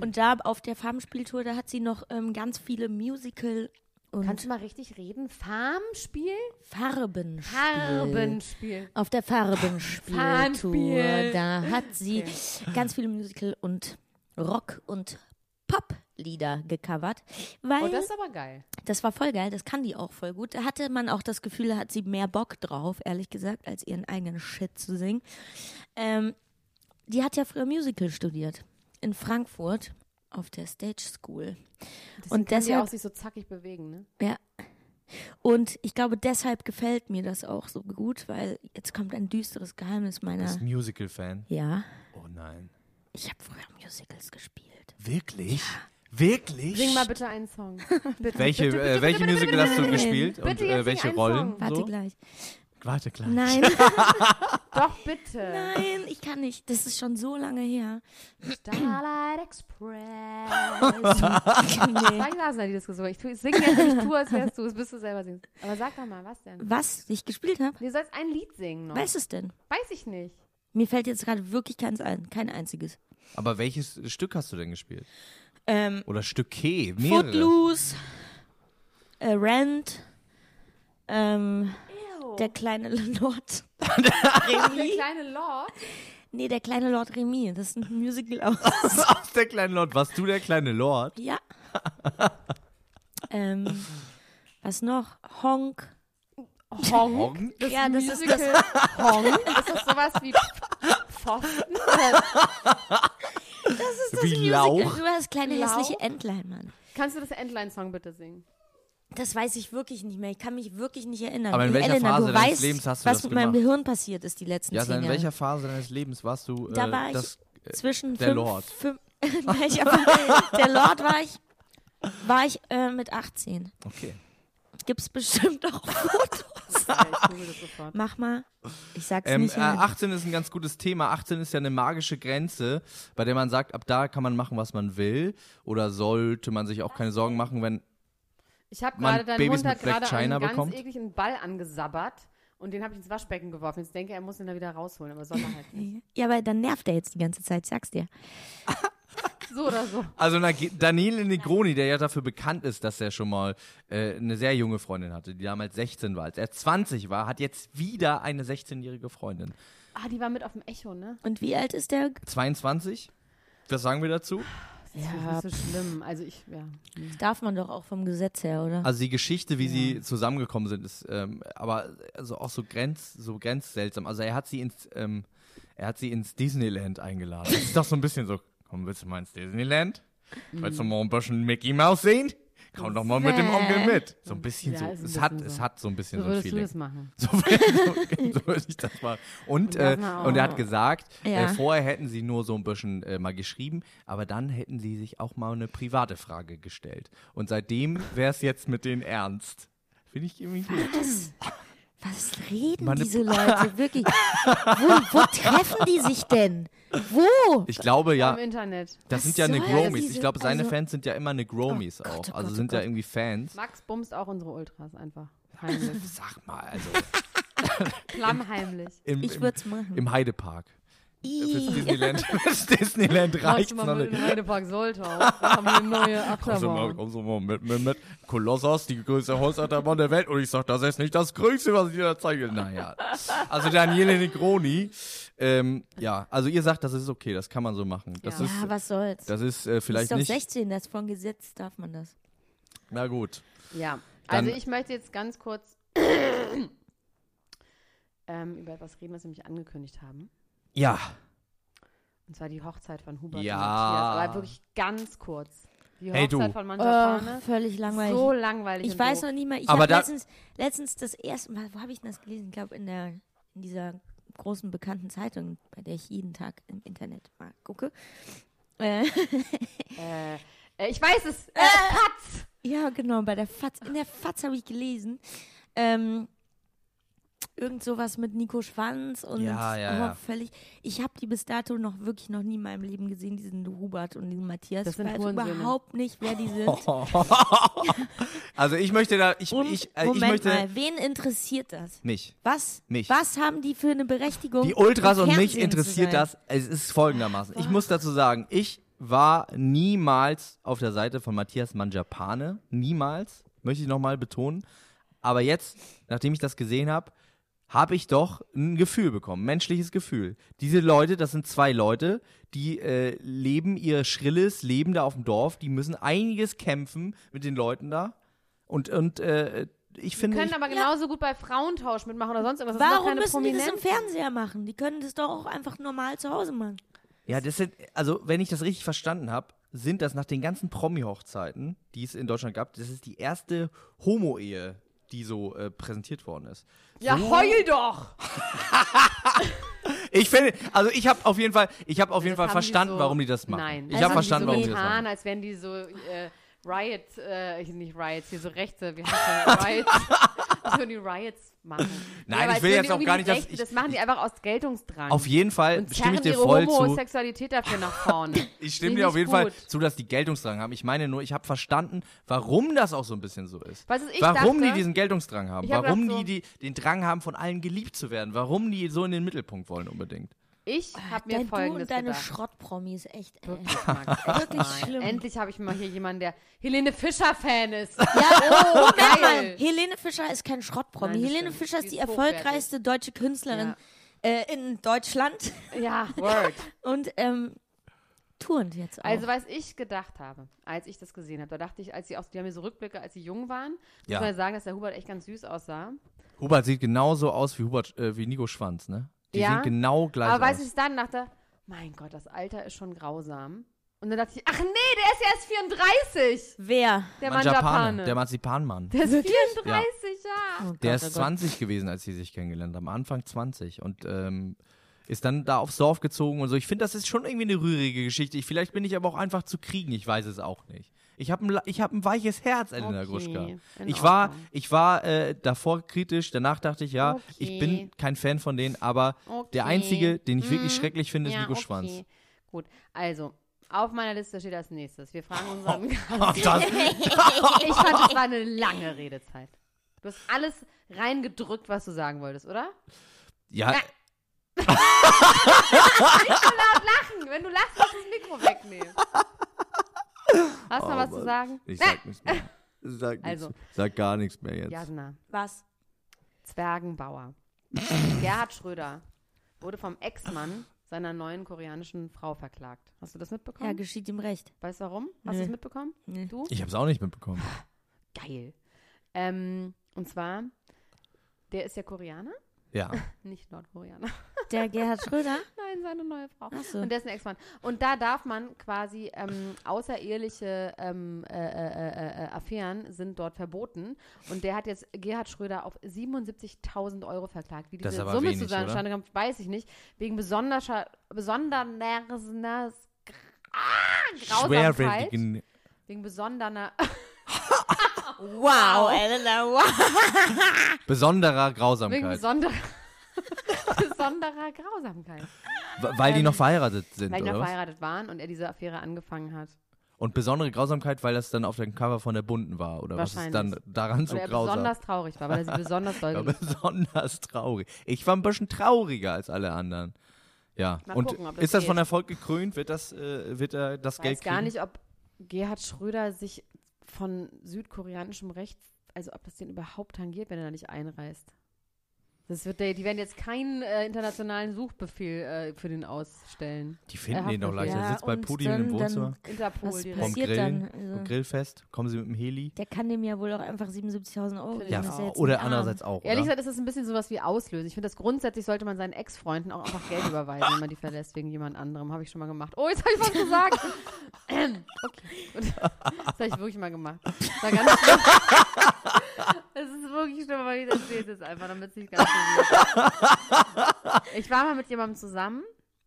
G: Und da auf der Farmspieltour, da hat sie noch ähm, ganz viele Musical-
E: Kannst
G: und
E: du mal richtig reden? Farmspiel?
G: Farben.
E: Farbenspiel.
G: Auf der Farbenspieltour,
E: Farmspiel.
G: da hat sie ganz viele Musical- und Rock- und Pop-Lieder gecovert, weil
E: Oh, das ist aber geil.
G: Das war voll geil, das kann die auch voll gut. Da hatte man auch das Gefühl, da hat sie mehr Bock drauf, ehrlich gesagt, als ihren eigenen Shit zu singen. Ähm, die hat ja früher Musical studiert. In Frankfurt auf der Stage School.
E: Deswegen
G: Und
E: kann die
G: deshalb-
E: auch sich so zackig bewegen, ne?
G: Ja. Und ich glaube, deshalb gefällt mir das auch so gut, weil jetzt kommt ein düsteres Geheimnis meiner.
B: Ist Musical-Fan.
G: Ja,
B: Oh nein.
G: ich habe früher Musicals gespielt.
B: Wirklich? Wirklich?
E: Sing mal bitte einen Song. Bitte.
B: Welche,
E: bitte, bitte,
B: äh, welche
E: bitte,
B: Musical
E: bitte,
B: hast du
E: bitte,
B: gespielt
E: bitte
B: und
E: jetzt
B: äh,
E: sing
B: welche
E: einen
B: Rollen?
E: Song.
G: Warte
B: so?
G: gleich.
B: Warte gleich.
G: Nein,
E: Doch, bitte.
G: nein, ich kann nicht. Das ist schon so lange her.
E: Starlight Express.
G: nee.
E: Frank Glasner, die das gesungen hat. Ich tu- ich singe jetzt nicht, tu, als wärst du es, bis du selber singst. Aber sag doch mal, was denn?
G: Was ich gespielt habe?
E: Du sollst ein Lied singen noch.
G: Weißt du es denn?
E: Weiß ich nicht.
G: Mir fällt jetzt gerade wirklich keins ein. Kein einziges.
B: Aber welches Stück hast du denn gespielt?
G: Ähm,
B: Oder Stücke? Mehrere.
G: Footloose, äh, Rent, ähm, der kleine Lord
E: Der
G: Remy.
E: kleine Lord.
G: Nee, der kleine Lord Remy. Das ist ein Musical aus.
B: Ach, der kleine Lord. Warst du der kleine Lord?
G: ja. ähm, was noch? Honk.
E: Honk.
B: Morgen?
E: Das
G: Ja, das ist
E: Musical Honk. Ist das sowas wie Pfosten?
G: Das
B: Wie
G: Musical
B: Lauch?
G: Über das kleine
E: Lauch?
G: hässliche Entlein, Mann.
E: Kannst du das Endline-Song bitte singen?
G: Das weiß ich wirklich nicht mehr. Ich kann mich wirklich nicht erinnern.
B: Aber in welcher
G: Elena,
B: Phase
G: du
B: deines
G: weißt,
B: Lebens hast du
G: was
B: das
G: mit meinem
B: gemacht?
G: Gehirn passiert ist die letzten
B: Ja, also
G: zehn
B: in
G: Jahre.
B: welcher Phase deines Lebens warst du äh,
G: Da war ich
B: das
G: zwischen
B: der
G: fünf,
B: Lord.
G: Fünf, in welcher, der Lord war ich, war ich äh, mit 18.
B: Okay.
G: Gibt es bestimmt auch Fotos.
E: Ja, ich google das sofort.
G: Mach mal. Ich sag's
B: Ähm,
G: nicht. halt
B: äh, 18 ist ein ganz gutes Thema. 18 ist ja eine magische Grenze, bei der man sagt, ab da kann man machen, was man will. Oder sollte man sich auch keine Sorgen machen, wenn.
E: Ich habe
B: Man
E: gerade deinen
B: Babys
E: Hund hat
B: mit Black
E: gerade
B: China
E: einen ganz
B: bekommt?
E: ekligen Ball angesabbert und den habe ich ins Waschbecken geworfen. Jetzt denke er, er muss ihn da wieder rausholen, aber soll er halt nicht.
G: ja, aber dann nervt er jetzt die ganze Zeit, sag's dir.
E: So oder so.
B: Also na, ge- Daniele Negroni, der ja dafür bekannt ist, dass er schon mal äh, eine sehr junge Freundin hatte, die damals 16 war. Als er 20 war, hat jetzt wieder eine 16-jährige Freundin.
E: Ah, die war mit auf dem Echo, ne?
G: Und wie alt ist der?
B: 22? Was sagen wir dazu?
E: Das ist nicht so schlimm. Also ich, ja.
G: Darf man doch auch vom Gesetz her, oder?
B: Also die Geschichte, wie sie zusammengekommen sind, ist ähm, aber also auch so grenz so grenzseltsam. Also er hat sie ins ähm, er hat sie ins Disneyland eingeladen. Das ist doch so ein bisschen so, komm, willst du mal ins Disneyland? Willst du
E: Mhm.
B: mal ein bisschen Mickey Mouse sehen? Komm doch mal mit dem Onkel mit. So ein bisschen
E: Ja,
B: so.
E: ist ein
B: Es hat,
E: bisschen
B: es
E: so.
B: hat so ein bisschen
E: So
B: so, ein
E: würdest du
B: Feeling.
E: das machen.
B: So, so, so würde ich das mal. Und, äh,
E: das mal auch.
B: und er hat gesagt, äh,
G: Ja.
B: vorher hätten sie nur so ein bisschen äh, mal geschrieben, aber dann hätten sie sich auch mal eine private Frage gestellt. Und seitdem wäre es jetzt mit denen ernst. Finde ich irgendwie gut.
G: Was? Was reden
B: Meine-
G: diese Leute wirklich? Wo, wo treffen die sich denn? Wo?
B: Ich glaube ja,
E: Im Internet.
B: das
G: was
B: sind ja eine
G: soll
B: Gromies. Ich
G: diese-
B: glaube, seine
G: also-
B: Fans sind ja immer eine Gromies auch.
G: Gott, oh
B: also
G: Gott,
B: sind
G: oh
B: ja
G: Gott.
B: irgendwie Fans.
E: Max bumst auch unsere Ultras einfach. Heimlich.
B: Sag mal, also
E: Klammheimlich.
B: im,
G: Ich
B: im,
G: würd's machen.
B: im Heidepark. Fürs
G: Ih.
B: Disneyland, fürs Disneyland
E: Machst
B: reicht
E: du
B: noch
E: mal mit
B: nicht.
E: in Heidepark Soltau. Da haben wir eine neue
B: Kommst du mal,
E: Achterbahn.
B: kommst du mal mit, mit, mit. Kolossos, die größte Holzachterbahn der Welt. Und ich sag, das ist nicht das Größte, was ich dir da zeige. Naja. Also Daniele Negroni. Ähm, ja, also ihr sagt, das ist okay, das kann man so machen. Das
E: Ja.
B: ist,
G: Ja, was soll's?
B: das ist äh,
G: ist
B: vielleicht
G: doch
B: nicht.
G: 16, das von Gesetz darf man das.
B: Na gut.
E: Ja,
B: Dann-
E: also ich möchte jetzt ganz kurz ähm, über etwas reden, was wir mich angekündigt haben.
B: Ja.
E: Und zwar die Hochzeit von Hubert
B: Ja.
E: und Matthias. Aber wirklich ganz kurz. Die
B: Hey, du.
E: Hochzeit von Manjapane.
G: völlig Äh, langweilig.
E: so langweilig.
G: ich
E: und
G: weiß
E: doof.
G: noch nicht mal, ich
B: Aber
G: habe
B: da-
G: letztens, letztens das erste Mal, wo habe ich denn das gelesen? Ich glaube in der in dieser großen bekannten Zeitung, bei der ich jeden Tag im Internet mal gucke. Äh,
E: Äh, äh, ich weiß es. Äh, Patz.
G: Ja, genau, bei der Fatz. In der Fatz habe ich gelesen. Ähm, irgend sowas mit Nico Schwanz und
B: Ja, ja,
G: oh,
B: ja.
G: völlig. Ich habe die bis dato noch wirklich noch nie in meinem Leben gesehen, diesen Hubert und diesen Matthias.
E: Das sind
G: ich weiß
E: Hurensöhne.
G: überhaupt nicht, wer die sind.
B: also ich möchte da, ich,
G: Und
B: ich, äh, ich
G: Moment
B: möchte
G: mal, wen interessiert das?
B: mich.
G: Was?
B: Mich.
G: Was haben die für eine Berechtigung?
B: Die Ultras
G: im
B: und mich
G: Fernsehen zu
B: interessiert
G: sein?
B: das. Es ist folgendermaßen. Ich muss dazu sagen, ich war niemals auf der Seite von Matthias Mangiapane. Niemals. Möchte ich nochmal betonen. Aber jetzt, nachdem ich das gesehen habe, habe ich doch ein Gefühl bekommen, menschliches Gefühl. Diese Leute, das sind zwei Leute, die äh, leben ihr schrilles Leben da auf dem Dorf. Die müssen einiges kämpfen mit den Leuten da. Und, und äh, ich finde,
E: Können
B: ich,
E: aber genauso gut bei Frauentausch mitmachen oder sonst irgendwas. Das sind doch
G: Warum
E: keine
G: müssen die das im
E: Prominenten.
G: Fernseher machen? Die können das doch auch einfach normal zu Hause machen.
B: Ja, das sind, also wenn ich das richtig verstanden habe, sind das nach den ganzen Promi-Hochzeiten, die es in Deutschland gab, das ist die erste Homo-Ehe, die so äh, präsentiert worden ist.
E: Ja, heul doch!
B: Ich finde, also ich habe auf jeden Fall, ich habe auf jeden Fall
E: Das haben
B: verstanden,
E: so-
B: warum die das machen.
E: Nein.
B: Ich
G: Also
B: habe
G: haben
B: verstanden,
E: die so
B: warum die das
E: getan,
B: machen.
E: als wären die so äh, Riots, äh, hier nicht Riots, hier so Rechte, wie heißt das? Riots. als würden die Riots machen.
B: Nein,
E: Ja, aber
B: ich
E: als
B: will
E: würden
B: jetzt
E: die
B: auch
E: irgendwie
B: gar
E: die
B: nicht, dass
E: Rechte,
B: ich-
E: das machen die einfach aus Geltungsdrang.
B: Auf jeden Fall
E: also, und
B: stimme ich
E: zerren
B: dir
E: ihre
B: voll zu.
E: Homosexualität dafür nach vorne.
B: Ich stimme
E: Finde
B: dir auf jeden
E: gut.
B: Fall zu, dass die Geltungsdrang haben. Ich meine nur, ich habe verstanden, warum das auch so ein bisschen so ist.
E: Weißt du, was ich
B: warum die
E: dachte?
B: diesen Geltungsdrang haben.
E: Ich hab
B: warum
E: gedacht so-
B: die, die den Drang haben, von allen geliebt zu werden. Warum die so in den Mittelpunkt wollen unbedingt.
E: Ich habe mir
G: Dein Oh, du
E: folgendes
G: und deine
E: gedacht.
G: Schrottpromis, echt. Ey.
E: Wirklich, Max, echt
G: Wirklich
E: mal.
G: schlimm.
E: Endlich habe ich mal hier jemanden, der Helene Fischer-Fan ist.
G: Ja, oh, Moment
E: geil.
G: mal. Helene Fischer ist kein Schrottpromi.
E: Nein, das
G: Helene
E: stimmt.
G: Fischer ist
E: Die
G: die
E: ist hochwertig.
G: erfolgreichste deutsche Künstlerin äh, in Deutschland
E: Ja, word.
G: und ähm, tourend jetzt auch.
B: Oh.
E: Also, was ich gedacht habe, als ich das gesehen habe, da dachte ich, als sie aus, die haben ja so Rückblicke, als sie jung waren,
B: Ja.
E: muss man ja sagen, dass der Hubert echt ganz süß aussah.
B: Hubert sieht genauso aus wie Hubert, äh, wie Nico Schwanz, ne? Die
E: Ja.
B: sehen genau gleich
E: Aber
B: aus.
E: weißt du, was ich dann dachte, mein Gott, das Alter ist schon grausam. Und dann dachte ich, ach nee, der ist ja erst 34.
G: Wer?
E: Der
B: Mann
E: Mann Japane.
B: der Marzipanmann.
E: der ist 34, ja.
G: Oh
B: Der
G: Gott, oh
B: ist
G: Gott.
B: 20 gewesen, als sie sich kennengelernt haben. Anfang 20. Und ähm, ist dann da aufs Dorf gezogen und so. Ich finde, das ist schon irgendwie eine rührige Geschichte. Ich, vielleicht bin ich aber auch einfach zu kriegen. Ich weiß es auch nicht. Ich habe ein, la- ich hab ein weiches Herz, Elena
E: Okay,
B: Gruschka.
E: in
B: Ich war,
E: Ordnung.
B: ich war äh, davor kritisch, danach dachte ich, ja, ich
E: Okay.
B: bin kein Fan von denen, aber
E: Okay. Mhm.
B: der Einzige, den ich wirklich schrecklich finde, ist
E: ja,
B: Nico
E: okay.
B: Schwanz.
E: Gut, also, auf meiner Liste steht als nächstes. Wir fragen unseren Gast.
B: Und Oh, das,
E: Ich fand, das war eine lange Redezeit. Du hast alles reingedrückt, was du sagen wolltest, oder?
B: ja,
E: Lachen! Hm, Wenn du lachst, musst du das Mikro wegnehmen. Hast
B: Oh
E: du noch was zu sagen?
B: Ich sag nichts mehr. Sag, nichts-
E: Also.
B: sag gar nichts mehr jetzt.
E: Jasna,
G: Was?
E: Zwergenbauer. Gerhard Schröder wurde vom Ex-Mann seiner neuen koreanischen Frau verklagt. Hast du das
G: Ja,
E: mitbekommen?
G: geschieht ihm recht.
E: weißt du warum? Hast
G: Nö.
E: du es mitbekommen?
G: Nö.
E: Du?
B: Ich hab's auch nicht mitbekommen.
E: Geil. Ähm, und zwar, der ist ja Koreaner,
B: Ja.
E: nicht Nordkoreaner.
G: Der Gerhard Schröder?
E: Nein, seine neue Frau.
G: Achso.
E: Und der ist ein Ex-Mann. Und da darf man quasi ähm, außereheliche ähm, äh, äh, äh, äh, Affären sind dort verboten. Und der hat jetzt Gerhard Schröder auf 77.000 Euro verklagt. Wie
B: Das ist
E: diese
B: aber
E: Summe
B: wenig,
E: zusammenstande kommt, weiß ich nicht. Wegen besonderer, besonderer Grausamkeit.
B: Schwerwältigen.
E: Wegen besonderer,
G: Wow, Elena, wow.
B: Besonderer
E: wegen
B: Grausamkeit.
E: besonderer, besonderer Grausamkeit.
B: Wa- weil die noch verheiratet sind,
E: Ähm, Weil die
B: oder
E: noch
B: was?
E: verheiratet waren und er diese Affäre angefangen hat.
B: Und besondere Grausamkeit, weil das dann auf dem Cover von der Bunten war, oder was ist dann
E: Wahrscheinlich.
B: daran so
E: Oder er
B: grausam?
E: besonders traurig war, weil er sie besonders doll
B: Ja,
E: geliebt hat.
B: besonders traurig. Ich war ein bisschen trauriger als alle anderen. Ja.
E: Mal
B: Und
E: gucken, ob das
B: ist das von
E: geht.
B: Erfolg gekrönt? Wird das, äh, wird er das
E: Ich
B: Geld
E: weiß gar
B: kriegen?
E: nicht, ob Gerhard Schröder sich von südkoreanischem Recht, also ob das den überhaupt tangiert, wenn er da nicht einreist. Das wird der, die werden jetzt keinen äh, internationalen Suchbefehl äh, für den ausstellen.
B: Die
E: Er
B: finden
E: hat
B: ihn doch
E: noch-
B: leicht. er
G: Ja,
B: sitzt bei
G: und
B: Putin im
G: dann-
B: Wohnzimmer.
E: Interpol
G: Was
B: Vom
E: direkt.
G: passiert
B: Grillen,
G: dann? Also-
E: äh,
B: vom Grillfest, kommen sie mit dem Heli.
G: Der kann dem ja wohl auch einfach 77.000 Euro geben.
B: Ja,
G: ist jetzt
B: oder
G: ein Arm.
B: andererseits auch. oder?
E: Ehrlich gesagt ist das ein bisschen sowas wie auslösen. Ich finde, das grundsätzlich sollte man seinen Ex-Freunden auch einfach Geld überweisen, wenn man die verlässt wegen jemand anderem. Habe ich schon mal gemacht. Oh, jetzt habe ich was gesagt. Ähm, okay, gut. Das habe ich wirklich mal gemacht. Das war ganz schlimm. Es ist wirklich schlimm, aber ich erzähle es jetzt einfach, damit es nicht ganz so wird. Ich war mal mit jemandem zusammen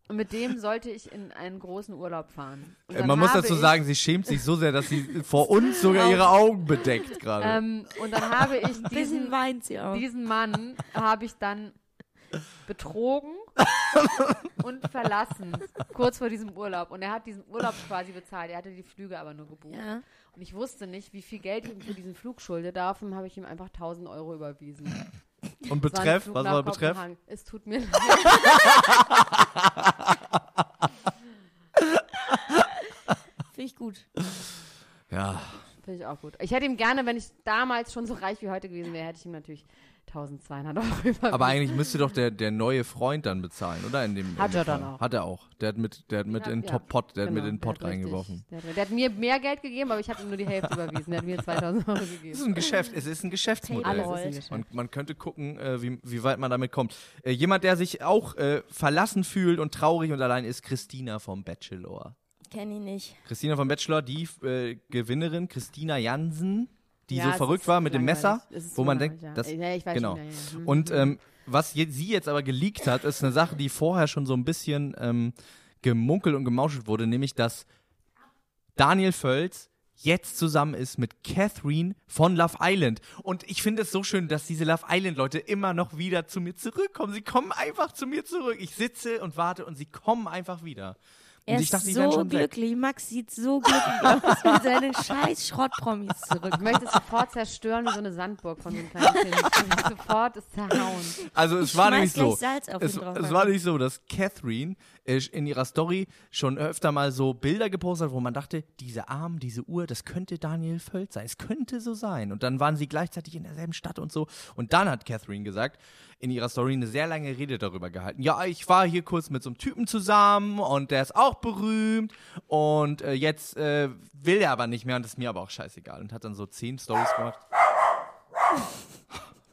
E: Und mit dem sollte ich in einen großen Urlaub fahren. Und
B: Äh,
E: dann
B: Man muss
E: habe
B: dazu
E: ich-
B: sagen, sie schämt sich so sehr, dass sie vor uns sogar ihre Augen bedeckt gerade.
E: Ähm, und dann habe ich
G: bisschen
E: diesen,
G: weint sie auch.
E: diesen Mann habe ich dann betrogen und verlassen, kurz vor diesem Urlaub. Und er hat diesen Urlaub quasi bezahlt. Er hatte die Flüge aber nur gebucht.
G: Ja.
E: Und ich wusste nicht, wie viel Geld ich ihm für diesen Flug schulde. Davon habe ich ihm einfach 1000 Euro überwiesen.
B: Und
E: Es war ein
B: Betreff,
E: Flug
B: was
E: nach
B: war Betreff?
E: Kopenhagen. Es tut mir leid.
G: Finde ich gut.
B: Ja,
E: Finde ich auch gut. Ich hätte ihm gerne, wenn ich damals schon so reich wie heute gewesen wäre, hätte ich ihm natürlich 1200 Euro überwiesen.
B: aber eigentlich müsste doch der, der neue Freund dann bezahlen, oder? In dem,
E: Hat
B: in dem Fall.
E: er dann auch.
B: Hat er auch. Der hat mit, der hat mit
E: Ja,
B: in
E: ja.
B: Top Pot, der hat
E: Genau,
B: mit in den
E: der
B: Pot
E: hat richtig-
B: reingeworfen.
E: Der hat, der hat mir mehr Geld gegeben, aber ich habe ihm nur die Hälfte überwiesen. Der hat mir 2000 Euro
B: Es ist
E: gegeben.
B: ein Geschäft, es ist ein Geschäftsmodell.
G: Alles ist ein
B: Man, man könnte gucken, äh, wie, wie weit man damit kommt. Äh, jemand, der sich auch äh, verlassen fühlt und traurig und allein ist, Christina vom Bachelor.
G: Kenne ich nicht.
B: Christina vom Bachelor, die äh, Gewinnerin, Christina Jansen, die
E: Ja,
B: so
E: es
B: verrückt
E: ist
B: war mit dem
E: langweilig.
B: Messer,
E: Es ist
B: wo man
E: langweilig,
B: denkt,
E: ja.
B: das,
E: Ja, ich weiß
B: genau.
E: schon, ja, ja. Mhm.
B: Und ähm, was je, sie jetzt aber geleakt hat, ist eine Sache, die vorher schon so ein bisschen ähm, gemunkelt und gemauschelt wurde, nämlich, dass Daniel Völz jetzt zusammen ist mit Catherine von Love Island. Und ich finde es so schön, dass diese Love Island-Leute immer noch wieder zu mir zurückkommen. Sie kommen einfach zu mir zurück. Ich sitze und warte und sie kommen einfach wieder. Und
G: Er
B: ich
G: ist
B: dachte, die wären
G: so
B: schon weg.
G: glücklich. Max sieht so glücklich aus mit seinen scheiß Schrottpromis zurück.
E: Ich möchte es sofort zerstören wie so eine Sandburg von so einem kleinen Kind. Ich will sofort es zerhauen.
B: Also es
G: Ich
B: war
G: schmeiß
B: nämlich
G: gleich
B: so.
G: Salz auf
B: es,
G: ihn drauf,
B: es
G: Alter.
B: war nämlich so, dass Catherine äh, in ihrer Story schon öfter mal so Bilder gepostet hat, wo man dachte, diese Arm, diese Uhr, das könnte Daniel Völz sein. Es könnte so sein. Und dann waren sie gleichzeitig in derselben Stadt und so. Und dann hat Catherine gesagt, in ihrer Story eine sehr lange Rede darüber gehalten. Ja, ich war hier kurz mit so einem Typen zusammen und der ist auch berühmt und äh, jetzt äh, will er aber nicht mehr und ist mir aber auch scheißegal. Und hat dann so zehn Stories gemacht.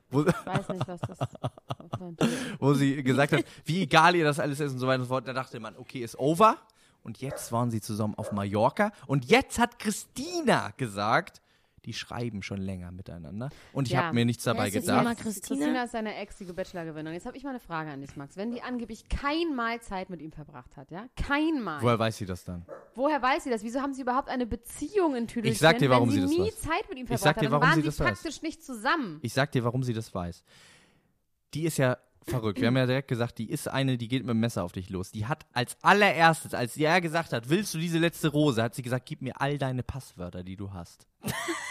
B: Wo,
E: Ich weiß nicht, was das ist.
B: wo sie gesagt hat, wie egal ihr das alles ist und so weiter und so fort. Da dachte man, okay, ist over. Und jetzt waren sie zusammen auf Mallorca. Und jetzt hat Christina gesagt, die schreiben schon länger miteinander. Und ich
E: Ja.
B: habe mir nichts dabei
G: ist jetzt
B: gedacht.
G: Mal Christina?
E: Christina ist seine exige Bachelorgewinnerin. Jetzt habe ich mal eine Frage an dich, Max. Wenn die angeblich kein Mal Zeit mit ihm verbracht hat, ja? Kein Mal.
B: Woher weiß sie das dann?
E: Woher weiß sie das? Wieso haben sie überhaupt eine Beziehung in Tüdelchen,
B: Ich sag dir, warum
E: wenn
B: sie das
E: nie
B: weiß.
E: Zeit mit ihm
B: Ich
E: verbracht
B: sag dir,
E: hat? Dann
B: warum
E: waren
B: sie
E: sie
B: das weiß.
E: praktisch nicht zusammen.
B: Ich sag dir, warum sie das weiß. Die ist ja verrückt. Wir haben ja direkt gesagt, die ist eine, die geht mit dem Messer auf dich los. Die hat als allererstes, als er gesagt hat, willst du diese letzte Rose, hat sie gesagt, gib mir all deine Passwörter, die du hast.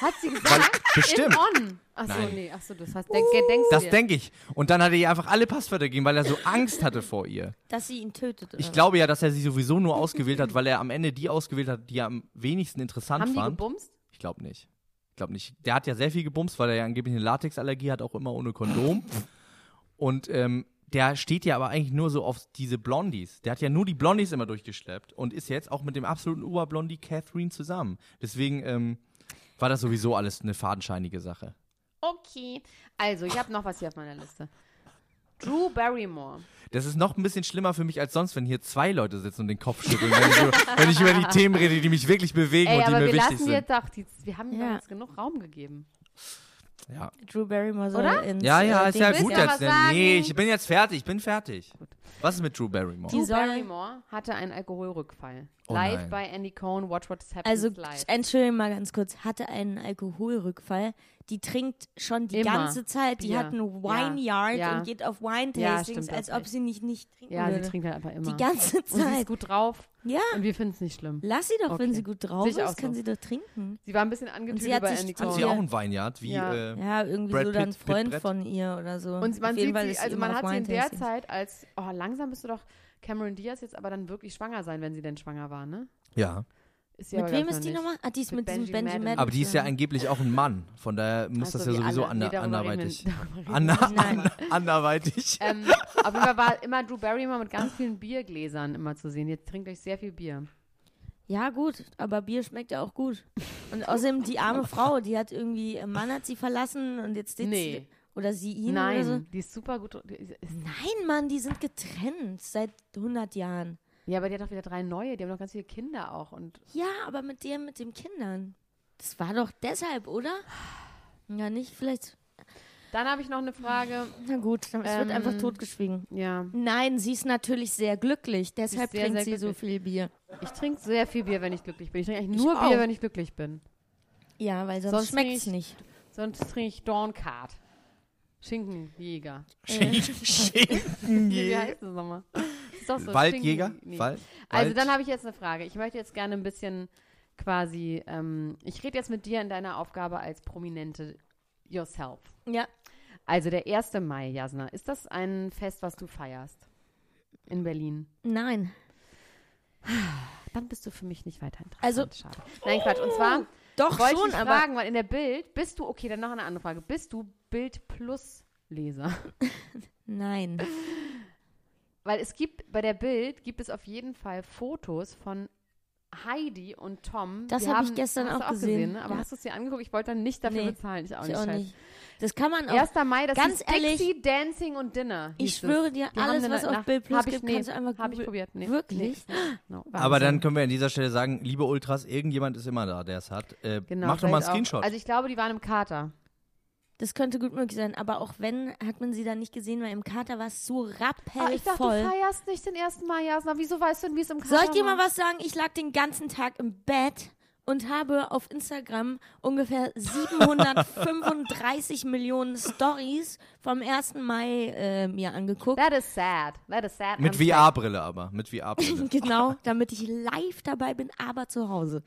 E: Hat sie gesagt?
B: Bestimmt.
E: Im On. Achso,
B: Nein. Uh.
E: nee, achso, das heißt, denk, denkst
B: Das
E: dir.
B: denke ich. Und dann hat er ihr einfach alle Passwörter gegeben, weil er so Angst hatte vor ihr.
G: Dass sie ihn tötet. Oder?
E: Äh.
B: Ich glaube ja, dass er sie sowieso nur ausgewählt hat, weil er am Ende die ausgewählt hat, die er am wenigsten interessant
E: haben die
B: fand.
E: gebumst?
B: ich glaube nicht. Ich glaube nicht. Der hat ja sehr viel gebumst, weil er ja angeblich eine Latexallergie hat, auch immer ohne Kondom. Und ähm, der steht ja aber eigentlich nur so auf diese Blondies. Der hat ja nur die Blondies immer durchgeschleppt und ist jetzt auch mit dem absoluten Oberblondie Catherine zusammen. Deswegen ähm, war das sowieso alles eine fadenscheinige Sache.
E: Okay. Also, ich habe noch was hier auf meiner Liste. Drew Barrymore.
B: Das ist noch ein bisschen schlimmer für mich als sonst, wenn hier zwei Leute sitzen und den Kopf schütteln, wenn ich, über- wenn ich über die Themen rede, die mich wirklich bewegen
E: Ey,
B: und die
E: aber
B: mir
E: wir
B: wichtig
E: lassen
B: sind.
E: jetzt doch, die, wir haben
G: Ja.
E: doch jetzt genug Raum gegeben.
B: Ja.
G: Drew Barrymore soll
E: Oder?
G: ins
B: ja,
G: äh,
B: ja, ist
G: Ding-
B: ja
E: Willst
B: gut
E: du noch
B: jetzt.
E: was sagen?
B: Nee, ich bin jetzt fertig, ich bin fertig. Was ist mit Drew Barrymore?
G: Die
E: Drew
G: soll-
E: Barrymore hatte einen Alkoholrückfall.
B: Oh
E: live
B: nein.
E: by Andy Cohen, Watch What Happens
G: Also,
E: Live.
G: entschuldigung mal ganz kurz, hatte einen Alkoholrückfall. Die trinkt schon die
E: Immer
G: ganze Zeit. Die
E: Bier.
G: hat einen Wine Yard
E: Ja.
G: und geht auf Wine
E: Ja,
G: Tastings,
E: stimmt,
G: als
E: das
G: ob
E: echt.
G: sie nicht nicht trinken
E: Ja, sie
G: würde.
E: trinkt halt einfach immer.
G: die ganze
E: und sie ist
G: Zeit.
E: gut drauf
G: Ja,
E: und wir finden es nicht schlimm.
G: lass sie doch,
E: Okay.
G: wenn sie gut drauf
E: Sehe ich
G: ist,
E: auch so.
G: kann sie doch trinken.
E: Sie war ein bisschen
G: sie
E: angetötet
G: hat
E: bei
G: sich
E: Andy
G: zu-
B: Haben
E: Cohen.
B: sie auch ein Vineyard? Wie,
E: Ja.
B: äh,
G: Ja, irgendwie
B: Brad
G: so dann ein
B: Pitt, Pitt
G: Freund
B: Brett.
G: von ihr oder so.
E: Und man
G: Auf jeden
E: sieht
G: Fall
E: sie,
G: ist
E: also
G: immer
E: man
G: auf
E: hat sie in
G: Wine
E: der
G: Tastings.
E: Zeit als, oh, langsam bist du doch, Cameron Diaz jetzt aber dann wirklich schwanger sein, wenn sie denn schwanger war, ne?
B: ja.
E: Ist sie
G: Mit
E: aber,
G: wem
E: glaub ich,
G: ist die
E: noch nicht.
G: nochmal? Ah, die ist
E: Mit
G: mit, diesem
E: Benji
G: Benji
E: Madden.
G: Madden.
B: Aber die ist ja
G: zusammen.
B: angeblich auch ein Mann. Von daher muss
E: Ach so,
B: das ja
E: wie
B: sowieso
E: Also alle. Nee,
B: ander
E: darüber reden
B: anderweitig.
E: wir nicht. Darüber reden wir
B: Ander
G: nicht. Nein.
B: ander- anderweitig.
E: Ähm, auf jeden Fall war immer Drew Barrymore mit ganz vielen Biergläsern immer zu sehen. Jetzt trinkt euch sehr viel Bier.
G: Ja, gut, aber Bier schmeckt ja auch gut. Und außerdem die arme Frau, die hat irgendwie, ihr Mann hat sie verlassen und jetzt sitzt
E: Nee.
G: sie. Oder sie ihn
E: Nein,
G: oder so.
E: die ist super gut. die ist- ist-
G: Nein, Mann, die sind getrennt seit 100 Jahren.
E: Ja, aber die hat doch wieder drei neue. Die haben doch ganz viele Kinder auch. Und
G: Ja, aber mit dem, mit den Kindern. Das war doch deshalb, oder? Ja, nicht vielleicht.
E: Dann habe ich noch eine Frage.
G: Na gut, dann- es wird
E: Ähm,
G: einfach totgeschwiegen.
E: Ja,
G: Nein, sie ist natürlich sehr glücklich. Deshalb
E: sehr,
G: trinkt
E: sehr
G: sie so
E: glücklich.
G: viel Bier.
E: ich trinke sehr viel Bier, wenn ich glücklich bin. Ich trinke eigentlich
G: Ich
E: nur
G: auch.
E: Bier, wenn ich glücklich bin.
G: Ja, weil
E: Sonst
G: sonst schmeckt es nicht.
E: Sonst trinke ich Dorncard. Schinkenjäger. Nee, Wie
B: Schinkenjäger.
E: heißt das nochmal? Ist doch so,
B: Waldjäger?
E: Schinken- nee.
B: Wald?
E: Also
B: Wald-
E: dann habe ich jetzt eine Frage. Ich möchte jetzt gerne ein bisschen quasi, ähm, ich rede jetzt mit dir in deiner Aufgabe als Prominente yourself.
G: Ja,
E: Also der 1. Mai, Jasna, ist das ein Fest, was du feierst? In Berlin.
G: nein.
E: Dann bist du für mich nicht weiter interessant.
G: Also-
E: schade. Nein, Quatsch. Und zwar
G: Doch
E: wollte
G: schon,
E: ich dich
G: aber
E: fragen, weil in der Bild bist du, okay, dann noch eine andere Frage. Bist du Bild Plus Leser?
G: nein.
E: Weil es gibt, bei der Bild gibt es auf jeden Fall Fotos von Heidi und Tom.
G: Das
E: Die
G: hab ich
E: haben-
G: gestern
E: hast du
G: auch gesehen,
E: ne? Aber
G: ja.
E: hast du es dir angeguckt? Ich wollte dann nicht dafür
G: Nee,
E: bezahlen. Ich auch
G: Ich
E: nicht.
G: auch
E: scheiß.
G: nicht. Das kann man auch.
E: 1. Mai, das
G: Ganz
E: ist
G: ehrlich,
E: Dixie Dancing und Dinner. hieß
G: Ich schwöre dir,
E: es. Die haben
G: alles,
E: eine
G: was auf
E: Nacht-
G: Bild Plus
E: hab ich,
G: gibt,
E: nee,
G: kannst du einfach
E: Hab ich
G: googeln.
E: probiert. Nee.
G: Wirklich?
E: Nee, ist nicht. No,
B: Aber
E: Wahnsinn.
B: dann können wir an dieser Stelle sagen, liebe Ultras, irgendjemand ist immer da, der es hat. Äh,
E: Genau,
B: mach doch mal einen
E: vielleicht auch.
B: Screenshot.
E: Also ich glaube, die waren im Kater.
G: Das könnte gut möglich sein, aber auch wenn, hat man sie dann nicht gesehen, weil im Kater war es so
E: Ah, ich dachte, du
G: rappelvoll.
E: feierst nicht den 1. Mai, Jasna. Wieso weißt du denn, wie es im Kater
G: Soll ich dir mal
E: war?
G: was sagen? Ich lag den ganzen Tag im Bett und habe auf Instagram ungefähr 735 Millionen Stories vom 1. Mai äh, mir angeguckt.
E: That is sad. That is sad.
B: mit
E: I'm sad.
B: VR-Brille aber. Mit VR-Brille.
G: genau, damit ich live dabei bin, aber zu Hause.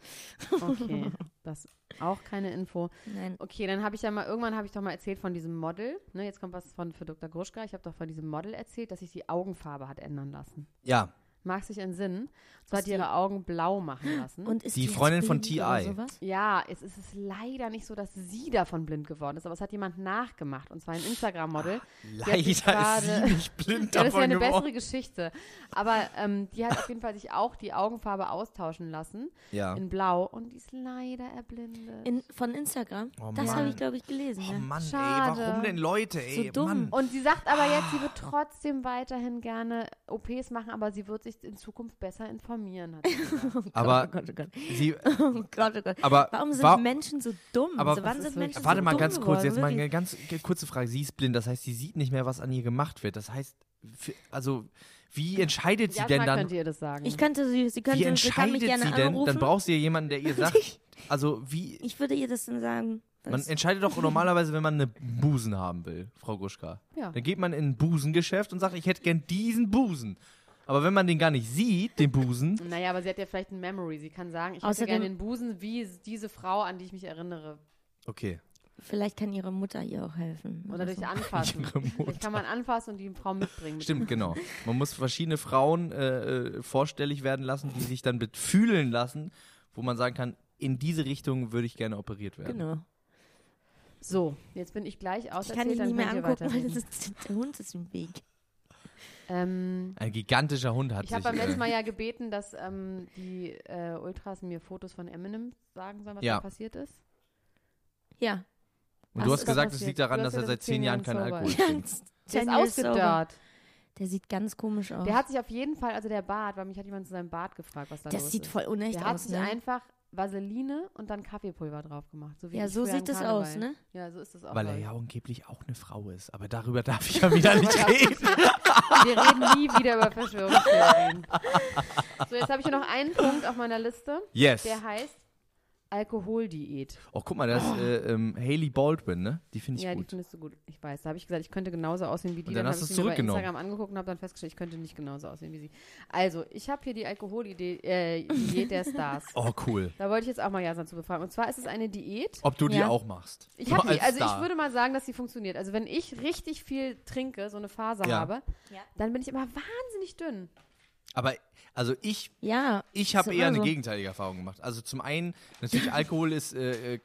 E: Okay, das auch keine Info.
G: Nein.
E: Okay, dann habe ich ja mal, irgendwann habe ich doch mal erzählt von diesem Model. Ne, jetzt kommt was von für Dr. Gruschka. Ich habe doch von diesem Model erzählt, dass sich die Augenfarbe hat ändern lassen.
B: ja,
E: Mag sich in Sinn. So
G: Ist
E: hat die ihre Augen blau machen lassen.
G: Und ist
B: Die
G: jetzt
B: Freundin von
G: blind oder
B: T.I..
G: sowas?
E: ja, es ist es leider nicht so, dass sie davon blind geworden ist, aber es hat jemand nachgemacht. Und zwar ein Instagram-Model. Die hat
B: leider
E: sich
B: ist sie
E: gerade-
B: nicht blind
E: Ja, das ist ja
B: davon
E: eine
B: geworden.
E: bessere Geschichte. Aber ähm, die hat auf jeden Fall sich auch die Augenfarbe austauschen lassen
B: Ja.
E: in blau und die ist leider erblindet.
G: In, von Instagram?
B: Oh
G: das habe
B: Mann.
G: ich, glaube ich, gelesen. ne?
B: Oh
G: ja.
B: Mann,
E: Schade.
B: ey, warum denn Leute, ey?
G: So dumm. Oh
B: Mann.
E: Und sie sagt aber jetzt, sie wird
B: Ah.
E: trotzdem weiterhin gerne OPs machen, aber sie wird sich in Zukunft besser informieren. Hat sie gesagt.
G: oh
B: Aber
G: Gott, oh Gott.
B: sie.
G: Oh Gott, oh Gott.
B: Aber
G: Warum sind
B: wa-
G: Menschen so dumm?
B: aber-
G: so,
E: Das
G: wann
E: ist
G: sind
E: wirklich-
G: Menschen
B: Warte
G: so
B: mal
G: dumm
B: ganz kurz,
G: geworden?
B: jetzt mal
G: Wirklich?
B: eine ganz ge- kurze Frage. Sie ist blind, das heißt, sie sieht nicht mehr, was an ihr gemacht wird. Das heißt, für, also, wie entscheidet sie
E: Jasna
B: denn dann?
E: könnt ihr das sagen.
G: Ich könnte sie, sie
B: Wie
G: könnte, sie kann
B: entscheidet
G: mich gerne
B: sie denn?
G: anrufen.
B: Dann brauchst du ja jemanden, der ihr sagt. Also, wie.
G: ich würde ihr das dann sagen.
B: Man
G: was-
B: entscheidet doch normalerweise, wenn man eine Busen haben will, Frau Gruschka.
E: Ja.
B: Dann geht man in ein Busengeschäft und sagt, ich hätte gern diesen Busen. Aber wenn man den gar nicht sieht, den Busen,
E: naja, aber sie hat ja vielleicht ein Memory. Sie kann sagen, ich hätte
G: Außerdem-
E: gerne den Busen wie s- diese Frau, an die ich mich erinnere.
B: okay.
G: Vielleicht kann ihre Mutter ihr auch helfen. Also,
E: Oder durch Anfassen.
B: Ihre
E: Vielleicht kann man anfassen und die Frau mitbringen.
B: Stimmt, genau. Man muss verschiedene Frauen äh, äh, vorstellig werden lassen, die sich dann bet- fühlen lassen, wo man sagen kann, in diese Richtung würde ich gerne operiert werden.
G: Genau.
E: So, jetzt bin ich gleich
G: Ich kann
E: auserzählt,
G: ihn
E: dann
G: nicht mehr
E: könnt ihr
G: angucken, weil das
E: weiterreden.
G: ist, der Hund ist im Weg.
E: Ähm,
B: Ein gigantischer Hund hat
E: ich
B: sich.
E: habe beim
B: äh,
E: letzten Mal ja gebeten, dass ähm, die äh, Ultras mir Fotos von Eminem sagen sollen, was
B: Ja.
E: da passiert ist.
G: Ja.
B: und
G: Was
B: du
G: ist
B: hast
G: da
B: gesagt, es
E: passiert?
B: liegt daran,
E: Du
B: dass
E: hast
B: er
E: ja
B: seit
E: das
B: zehn
E: zehn
B: Jajahren
E: Jahren
B: kein
E: sober
B: Alkohol
E: ist.
B: trinkt.
E: Der
G: Ten
E: ist
G: years sober. Oh.
E: ausgedörrt.
G: Der sieht ganz komisch aus.
E: Der hat sich auf jeden Fall, also der Bart, weil mich hat jemand zu seinem Bart gefragt, was da
G: das
E: los
G: sieht
E: ist.
G: voll unecht
E: der hat
G: aus,
E: sich
G: ne?
E: einfach Vaseline und dann Kaffeepulver drauf gemacht. So wie
G: Ja,
E: ich
G: so
E: früher
G: sieht
E: an
G: es
E: Karneval.
G: aus, ne?
E: Ja, so ist es auch.
B: Weil er ja
E: glaub
B: angeblich auch eine Frau ist. Aber darüber darf ich ja wieder nicht reden.
E: ich. Wir reden nie wieder über Verschwörungstheorien. so, jetzt habe ich hier noch einen Punkt auf meiner Liste,
B: Yes.
E: der heißt Alkoholdiät.
B: Oh, guck mal, das ist äh, ähm, Haley Baldwin, ne? Die finde ich
E: Ja, die
B: gut.
E: findest du gut. Ich weiß, da habe ich gesagt, ich könnte genauso aussehen wie die.
B: Und dann
E: habe
B: hast
E: ich
B: du's
E: mir bei
B: zurückgenommen.
E: Instagram angeguckt und habe dann festgestellt, ich könnte nicht genauso aussehen wie sie. Also, ich habe hier die Alkoholdiät äh, Diät der Stars.
B: Oh, cool.
E: Da wollte ich jetzt auch mal Jasan zu befragen. Und zwar ist es eine Diät.
B: Ob du die
G: Ja.
B: auch machst.
E: Ich hab
B: Oh, Als
E: die, also ich
B: Star.
E: würde mal sagen, dass sie funktioniert. Also wenn ich richtig viel trinke, so eine Phase
B: Ja.
E: habe,
G: Ja.
E: dann bin ich immer wahnsinnig dünn.
B: Aber also ich
G: Ja.
B: Ich
G: ist
B: habe
G: immer
B: eher eine
G: so.
B: gegenteilige Erfahrung gemacht. Also zum einen, natürlich, Alkohol ist äh, äh,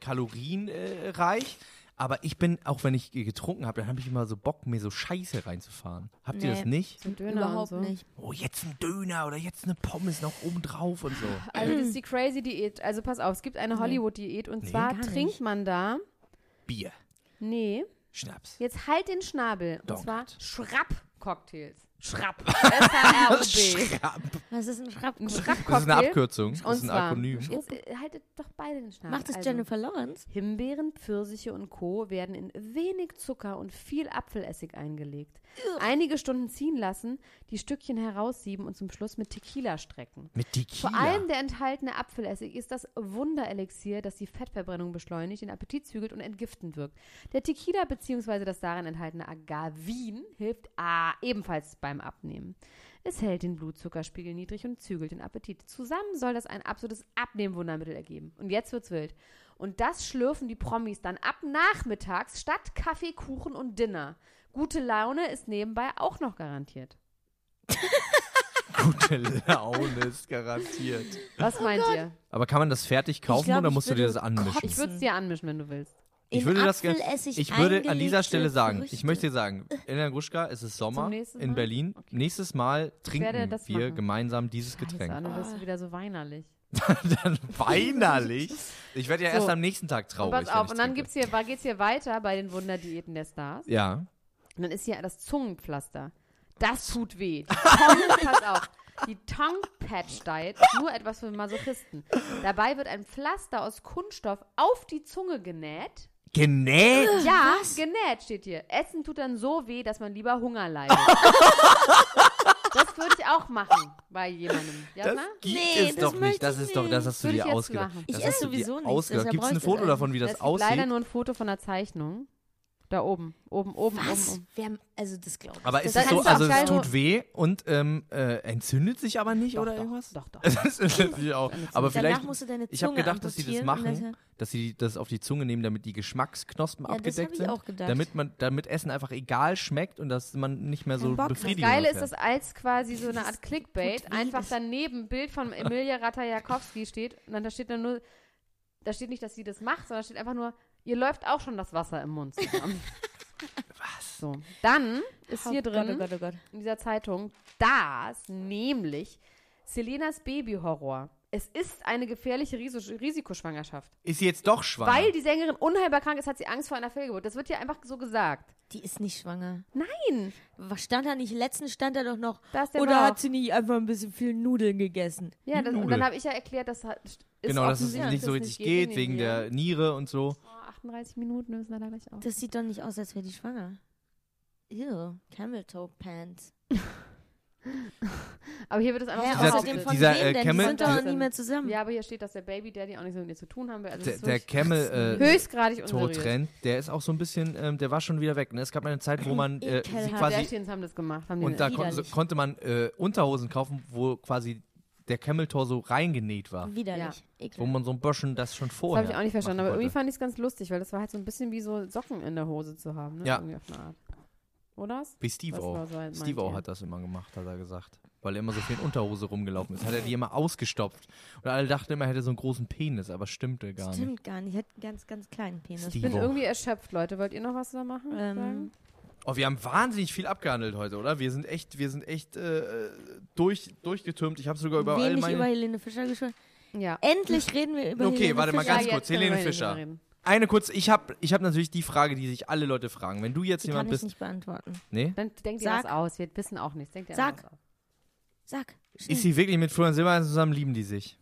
B: kalorienreich, aber ich bin, auch wenn ich getrunken habe, dann habe ich immer so Bock, mir so Scheiße reinzufahren. Habt ihr
G: Nee.
B: das nicht?
E: So ein Döner
G: Überhaupt
E: und Genau, so.
G: nicht.
B: Oh, jetzt ein Döner oder jetzt eine Pommes noch oben drauf und so.
E: Also das ist die crazy Diät. Also pass auf, es gibt eine Hollywood-Diät und zwar
G: gar nicht.
E: trinkt man da,
B: Bier,
E: nee,
B: Schnaps.
E: jetzt halt den Schnabel. Und
B: Donut.
E: zwar Schrapp-Cocktails. Schrapp. S-H-R-O-B.
G: Was ist ein Schrapp?
E: Ein
B: Das ist eine
E: Schrappcocktail.
B: Abkürzung. Das
E: Und
B: ist ein
E: zwar,
B: Akronym.
E: jetzt äh, haltet doch beide den Schnabel. Also
G: Macht es Jennifer Lawrence?
E: Himbeeren, Pfirsiche und Co. werden in wenig Zucker und viel Apfelessig eingelegt. Einige Stunden ziehen lassen, die Stückchen heraussieben und zum Schluss mit Tequila strecken.
B: Mit Tequila.
E: Vor allem der enthaltene Apfelessig ist das Wunderelixier, das die Fettverbrennung beschleunigt, den Appetit zügelt und entgiftend wirkt. Der Tequila bzw. das darin enthaltene Agavin hilft ah, ebenfalls beim Abnehmen. Es hält den Blutzuckerspiegel niedrig und zügelt den Appetit. Zusammen soll das ein absolutes Abnehmwundermittel ergeben. Und jetzt wird's wild. Und das schlürfen die Promis dann ab nachmittags statt Kaffee, Kuchen und Dinner. Gute Laune ist nebenbei auch noch garantiert.
B: Gute Laune ist garantiert.
E: Was meint ihr?
B: Aber kann man das fertig kaufen
G: glaub,
B: oder
G: ich
B: musst du dir
G: würde
B: das anmischen?
G: kotzen.
E: Ich würde es dir anmischen, wenn du willst.
B: Ich
G: In
B: würde das gerne.
G: Apfelessig
B: Ich würde an dieser
G: eingelegte
B: Stelle sagen, ich
G: Früchte.
B: möchte sagen, Elena Gruschka, es ist Sommer
E: nächsten
B: in
E: Mal?
B: Berlin. Nächstes Mal trinken
E: das
B: wir
E: machen.
B: gemeinsam dieses
E: Scheiße,
B: Getränk.
E: Anne, wirst du wieder so weinerlich.
B: dann weinerlich. Ich werde ja erst
E: So.
B: am nächsten Tag
E: Und
B: traurig.
E: pass
B: wenn
E: auf,
B: Oh, ich
E: und dann
B: trinke.
E: gibt's hier, wa- geht's hier weiter bei den Wunderdiäten der Stars.
B: Ja.
E: Und dann ist hier das Zungenpflaster. Das tut weh. Die Tongue, pass auf. Die Tongue Patch Diet ist nur etwas für Masochisten. Dabei wird ein Pflaster aus Kunststoff auf die Zunge genäht.
B: Genäht.
E: Ja, genäht steht hier. Essen tut dann so weh, dass man lieber Hunger leidet. das würde ich auch machen bei jemandem. ne?
B: Das
E: Jasna?
B: gibt
G: Nee,
B: es
G: das
B: doch nicht.
G: möchte
B: Das
G: ich
B: ist doch, das
G: nicht.
B: hast du
E: Würde
B: dir
E: ich jetzt
B: ausgedacht.
E: machen.
G: Ich
B: Das
G: esse
B: hast du dir
G: sowieso nichts,
B: ausgedacht.
G: deshalb
B: Gibt es ein
G: bräuchte
B: Foto
G: ich
B: davon, wie das,
E: Es gibt
B: aussieht?
E: leider nur ein Foto von der Zeichnung. Da oben. Oben, oben,
G: Was?
E: oben, oben.
G: Wer, also das glaube ich.
B: aber ist
E: das
B: es so,
E: kannst du auch
B: also es
E: gleich so-
B: tut weh und ähm, äh, entzündet sich aber nicht oder
E: doch,
B: irgendwas?
E: Doch, doch.
B: Das ist natürlich auch. Aber
G: Danach
B: vielleicht,
G: musst du deine Zunge
B: ich habe gedacht, dass sie das
G: amputieren und
B: machen,
G: dann-
B: dass sie das auf die Zunge nehmen, damit die Geschmacksknospen
G: Ja, das hab
B: abgedeckt
G: ich
B: sind,
G: auch gedacht.
B: damit man, damit Essen einfach egal schmeckt und dass man nicht mehr so
G: Kein Bock. Das
B: befriedigend.
E: Geile ist
B: hat.
E: das als quasi so eine Art
G: tut
E: Clickbait.
G: weh,
E: Einfach
G: es-
E: daneben Bild von Emilia Ratajkowski steht und dann da steht dann nur, da steht nicht, dass sie das macht, sondern da steht einfach nur, ihr läuft auch schon das Wasser im Mund zusammen. Was? So. Dann ist hier
G: Oh Gott,
E: drin
G: Oh Gott, oh Gott.
E: in dieser Zeitung, dass nämlich Selenas Babyhorror. Es ist eine gefährliche Risos Risikoschwangerschaft.
B: Ist sie jetzt doch schwanger?
E: Weil die Sängerin unheilbar krank ist, hat sie Angst vor einer Fehlgeburt. Das wird ja einfach so gesagt.
G: Die ist nicht schwanger.
E: Nein,
G: Was stand da nicht? Letztens stand da doch noch.
E: da ist der
G: Oder
E: Bauch.
G: hat sie nicht einfach ein bisschen viel Nudeln gegessen?
E: Ja, das, und
B: Nudel.
E: dann habe ich ja erklärt, dass halt- ist
B: genau, dass es
E: offensichtlich,
B: nicht so
E: dass
B: richtig geht,
E: wegen
B: wegen
E: den
B: der Niere und so.
E: Nieren. Oh, 38 Minuten müssen wir da gleich auf.
G: Das sieht doch nicht aus, als wäre die schwanger. Ew, Camel Toe Pants.
E: Aber hier wird es
G: Hä,
E: einfach
B: Dieser-
G: außerdem von
B: dieser,
G: wem
B: äh,
G: denn?
B: Camel-
G: die sind doch nie mehr zusammen.
E: Ja, aber hier steht, dass der Baby Daddy auch nichts mit ihr zu tun haben will. Also
B: Der,
E: das
B: der
E: ist
B: Camel äh,
E: höchstgradig unseriös.
B: Tod-Trend, der ist auch so ein bisschen, ähm, der war schon wieder weg. Ne? Es gab mal eine Zeit, wo man äh,
G: Ekelhaft.
B: quasi
E: Kardashians haben das gemacht. Haben die
B: und da
E: eine-
B: kon so,
G: Widerlich.
B: konnte man äh, Unterhosen kaufen, wo quasi der Camel Tor so reingenäht war,
G: Widerlich.
B: wo
G: Ekelhaft.
B: man so ein bisschen das schon
E: Mhm. das
B: vorher.
E: habe ich auch nicht verstanden,
B: machen
E: aber irgendwie
B: konnte.
E: fand ich es ganz lustig, weil das war halt so ein bisschen wie so Socken in der Hose zu haben, ne?
B: Ja.
E: Irgendwie auf eine Art. Oder?
B: Wie Steve
E: Das
B: auch.
E: war so halt mein
B: Steve auch
E: Tier.
B: hat das immer gemacht, hat er gesagt. Weil er immer so viel in Unterhose rumgelaufen ist. Hat er die immer ausgestopft. Und alle dachten immer, er hätte so einen großen Penis, aber stimmte gar nicht.
G: Stimmt gar nicht. Hat einen ganz, ganz kleinen Penis.
E: Ich bin
B: Steve-O.
E: irgendwie erschöpft, Leute. Wollt ihr noch was da machen?
G: Ähm,
E: sagen?
B: Oh, wir haben wahnsinnig viel abgehandelt heute, oder? Wir sind echt, wir sind echt äh, durch, durchgetürmt. Ich habe sogar über all
G: Wenig
B: meine.
G: über Helene Fischer gesprochen.
E: Ja.
G: Endlich reden wir über
B: Okay,
G: Helene
B: warte mal
G: Fischer.
B: ganz
E: ja,
B: kurz,
E: jetzt können
B: Helene
E: wir nicht
B: Fischer.
E: mehr reden.
B: Eine kurze, ich habe ich hab natürlich die Frage, die sich alle Leute fragen. Wenn du jetzt
G: Die
B: jemand
G: kann ich
B: bist.
G: nicht beantworten.
B: Nee?
E: Dann denkt ihr
G: Sag.
E: was aus. Wir wissen auch nichts. Denkt ihr
G: Sag.
E: was aus.
G: Sag.
B: Ist
G: Schnell.
B: sie wirklich mit Florian Silbereisen zusammen? Lieben die sich?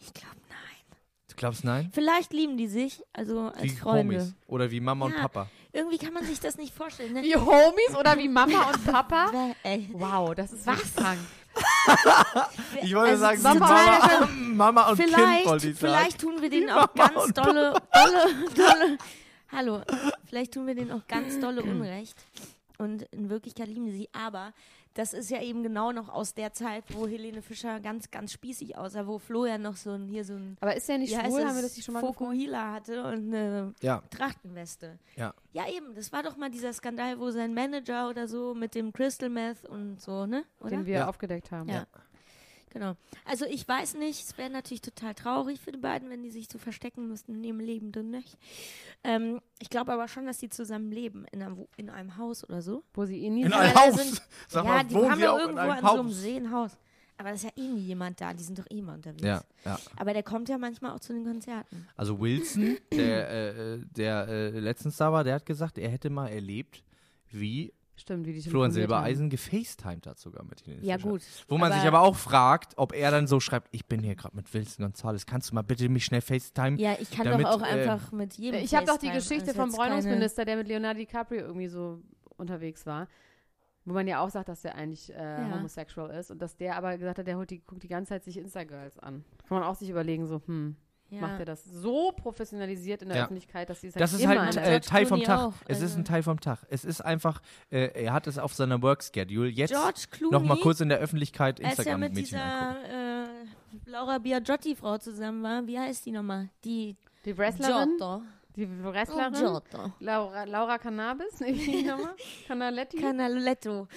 G: Ich glaube nein.
B: Du glaubst nein?
G: Vielleicht lieben die sich, also als
B: Wie
G: Freunde.
B: Homies. Oder wie Mama und
G: Ja.
B: Papa.
G: Irgendwie kann man sich das nicht vorstellen. Ne?
E: Wie Homies oder wie Mama und Papa?
G: Wer- Ey,
E: Wow, das ist was krank.
B: Ich wollte
G: Also,
B: sagen,
G: es ist
B: wie
G: total-
B: Mama, Mama und Kind, wollte
G: vielleicht,
B: ich sagen.
G: vielleicht tun wir denen auch ganz dolle, dolle, dolle. Hallo, vielleicht tun wir denen auch ganz dolle Unrecht. Und in Wirklichkeit lieben sie sie. Aber das ist ja eben genau noch aus der Zeit, wo Helene Fischer ganz, ganz spießig aussah, wo Flo ja noch so ein, hier so ein,
E: Aber ist der nicht
G: wie heißt
E: schwul? Haben wir das nicht schon mal
G: Fokuhila hatte und eine
B: Ja.
G: Trachtenweste.
B: Ja.
G: Ja, eben, das war doch mal dieser Skandal, wo sein Manager oder so mit dem Crystal Meth und so, ne? Oder?
E: den wir
B: Ja.
E: aufgedeckt haben.
G: Ja. Genau. Also ich weiß nicht, es wäre natürlich total traurig für die beiden, wenn die sich so verstecken müssten in ihrem Leben, denn nicht. Ähm, ich glaube aber schon, dass die zusammen leben, in einem, Wo- in einem Haus oder so.
E: Wo sie ihn nie
B: In
E: sehen.
B: einem
G: alle
B: Haus.
G: sind-
B: Sag
G: ja,
B: mal,
G: die
B: wohnen
G: haben
B: die
G: ja
B: auch in
G: irgendwo
B: einem
G: an so einem
B: Haus?
G: See ein Haus. Aber das ist ja eh nie jemand da, die sind doch eh immer unterwegs.
B: Ja, ja.
G: Aber der kommt ja manchmal auch zu den Konzerten.
B: Also Wilson, der, äh, äh, der äh, letztens da war, der hat gesagt, er hätte mal erlebt, wie
E: Stimmt, wie die
B: Florian
E: telefoniert haben.
B: Silbereisen gefacetimed hat sogar mit Helene
G: Ja,
B: Fischer.
G: gut.
B: Wo man
G: Aber-
B: sich aber auch fragt, ob er dann so schreibt, ich bin hier gerade mit Wilson Gonzales, kannst du mal bitte mich schnell facetimen?
G: Ja, ich kann
B: Damit,
G: doch auch
B: äh,
G: einfach mit jedem.
E: Ich habe doch die
G: FaceTime. Das
E: Geschichte
G: ist
E: vom
G: jetzt keine-
E: Bräunungsminister, der mit Leonardo DiCaprio irgendwie so unterwegs war. Wo man ja auch sagt, dass der eigentlich äh, homosexual ist und dass der aber gesagt hat, der holt die, guckt die ganze Zeit sich Instagirls an. Kann man auch sich überlegen, so, hm,
G: Ja.
E: macht er das so professionalisiert in der
B: Ja.
E: Öffentlichkeit, dass die es halt
B: Das ist
E: immer
B: halt ein
E: in der-
B: äh,
G: George
B: Teil vom
G: Clooney
B: Tag.
G: auch,
B: Es ist
G: also-
B: ein Teil vom Tag. Es ist einfach, äh, er hat es auf seiner Work-Schedule. Jetzt
G: George Clooney.
B: nochmal kurz in der Öffentlichkeit
G: Als er mit
B: Instagram-Mädchen angucken.
G: dieser äh, Laura Biagiotti-Frau zusammen war, wie heißt die nochmal? Die
E: die Wrestlerin,
G: Giotto.
E: die
G: Oh,
E: Wrestlerin,
G: Giotto.
E: Laura, Laura Cannabis, nee, wie nochmal? Canaletti?
G: Canaletto.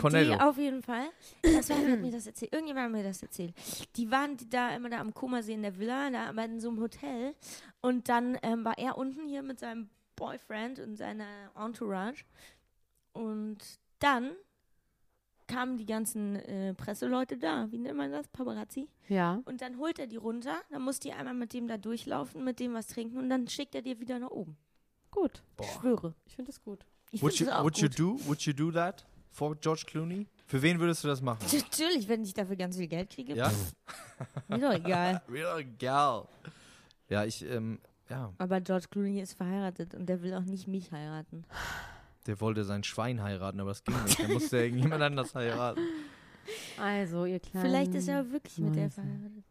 B: Cornello.
G: Die auf jeden Fall. Das war, wer hat mir das erzählt. Irgendjemand hat mir das erzählt. Die waren die da immer da am Komasee in der Villa, da aber in so einem Hotel. Und dann ähm, war er unten hier mit seinem Boyfriend und seiner Entourage. Und dann kamen die ganzen äh, Presseleute da. Wie nennt man das? Paparazzi.
E: ja.
G: Und dann holt er die runter. Dann muss die einmal mit dem da durchlaufen, mit dem was trinken. Und dann schickt er dir wieder nach oben.
E: Gut.
G: Ich schwöre.
E: Ich finde das gut.
G: Ich
B: Would, you,
G: finde das auch
B: would you
G: gut.
B: do, would you do that for George Clooney? Für wen würdest du das machen?
G: Natürlich, wenn ich dafür ganz viel Geld kriege.
B: ja?
G: Mir doch egal.
B: Real gal. Ja, ich, ähm, ja,
G: Aber George Clooney ist verheiratet und der will auch nicht mich heiraten.
B: der wollte sein Schwein heiraten, aber das ging nicht. Da musste er irgendjemand anders heiraten.
E: Also, ihr kleinen...
G: Vielleicht ist er wirklich mit der
E: Mäuse.
G: verheiratet.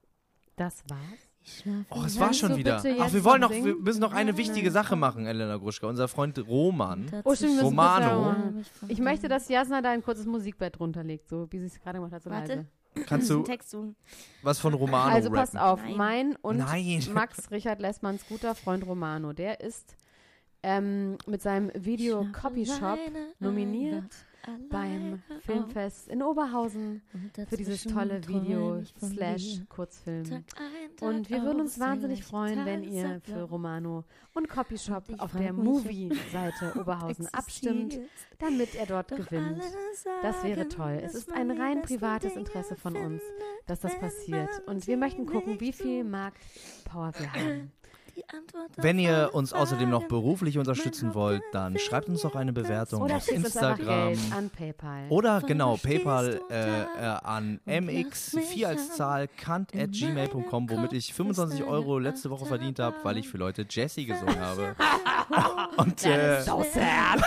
E: Das war's.
G: Ich schlafe.
B: Oh, es
E: Kannst
B: war
E: du
B: schon wieder.
E: bitte
B: Ach,
E: jetzt
B: wir wollen
E: noch
B: noch, wir
E: singen?
B: müssen noch eine wichtige Sache machen, Elena Gruschka. Unser Freund Roman.
G: dazu.
E: Oh, stimmt, wir müssen
B: Romano.
E: kurz Werbung machen. Ich möchte, dass Jasna da ein kurzes Musikbett runterlegt, so wie sie es gerade gemacht hat, so
G: Warte.
E: leise.
B: Kannst
G: einen
B: du
G: Text suchen.
B: was von Romano
E: Also passt
B: rappen?
E: auf,
G: Nein.
E: mein und
B: Nein.
E: Max Richard Lessmanns guter Freund Romano, der ist ähm, mit seinem Video Copy Shop
G: Alleine,
E: nominiert
G: alleine,
E: beim
G: alleine
E: Filmfest in Oberhausen
G: und
E: für dieses
G: dazwischen
E: tolle
G: träum
E: Video
G: ich von
E: slash
G: dir.
E: Kurzfilm.
G: Tag ein, Tag
E: Und wir würden uns
G: aus,
E: wahnsinnig
G: vielleicht
E: freuen, wenn ihr
G: tagesaktuell.
E: für Romano und Copy Shop
G: ich
E: auf
G: frag
E: der
G: mich, ob-
E: Movie-Seite Oberhausen abstimmt,
G: Existierst.
E: damit er dort
G: Doch
E: gewinnt.
G: alle
E: Das wäre
G: sagen,
E: toll. Es
G: dass
E: ist
G: man
E: ein
G: die
E: rein
G: besten
E: privates
G: Dinge
E: Interesse von uns,
G: findet,
E: dass das
G: wenn
E: passiert.
G: man
E: Und wir
G: sie
E: möchten gucken,
G: nicht
E: wie viel
G: sucht.
E: Marktpower wir haben.
G: Die Antwort auf
B: Wenn ihr
G: alle
B: uns außerdem noch
G: Fragen.
B: beruflich unterstützen wollt, dann schreibt uns doch eine Bewertung
E: Oder
B: auf
E: schickt uns einfach
B: Instagram.
E: Geld an PayPal.
B: Oder
G: Vorne
B: genau,
G: stehst
B: PayPal
G: Äh, du
B: äh, äh,
G: da
B: an
G: und lass mich
B: mx4 als
G: an.
B: Zahl kant at
G: In meinem
B: gmail.com, womit ich
G: Kopf
B: 25
G: ist
B: Euro
G: eine
B: letzte Woche verdient habe, weil ich für Leute Jesse gesungen habe. Und,
E: Das
B: äh,
E: ist so sad.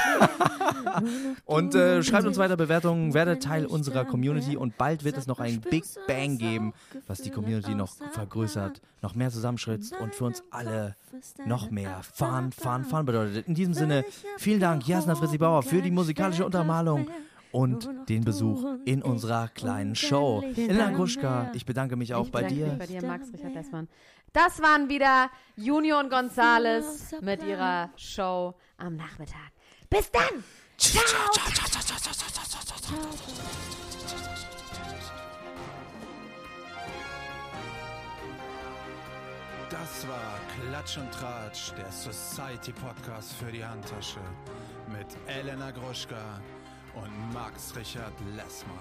B: und äh, schreibt uns weiter Bewertungen, werdet Teil unserer Community und bald wird es noch ein Big Bang geben, was die Community noch vergrößert, noch mehr zusammenschritzt und für uns alle noch mehr Fun, Fun, Fun bedeutet. In diesem Sinne, vielen Dank Jasna Fritzi Bauer für die musikalische Untermalung und den Besuch in unserer kleinen Show. Elena Gruschka, ich bedanke mich auch
E: ich
B: bei
E: bedanke Mich
B: dir.
E: bei dir, Max Richard Lessmann. Das waren wieder Junior und Gonzales mit ihrer Show am Nachmittag. Bis dann!
C: Das war Klatsch und Tratsch, der Society Podcast für die Handtasche mit Elena Gruschka und Max Richard Lessmann.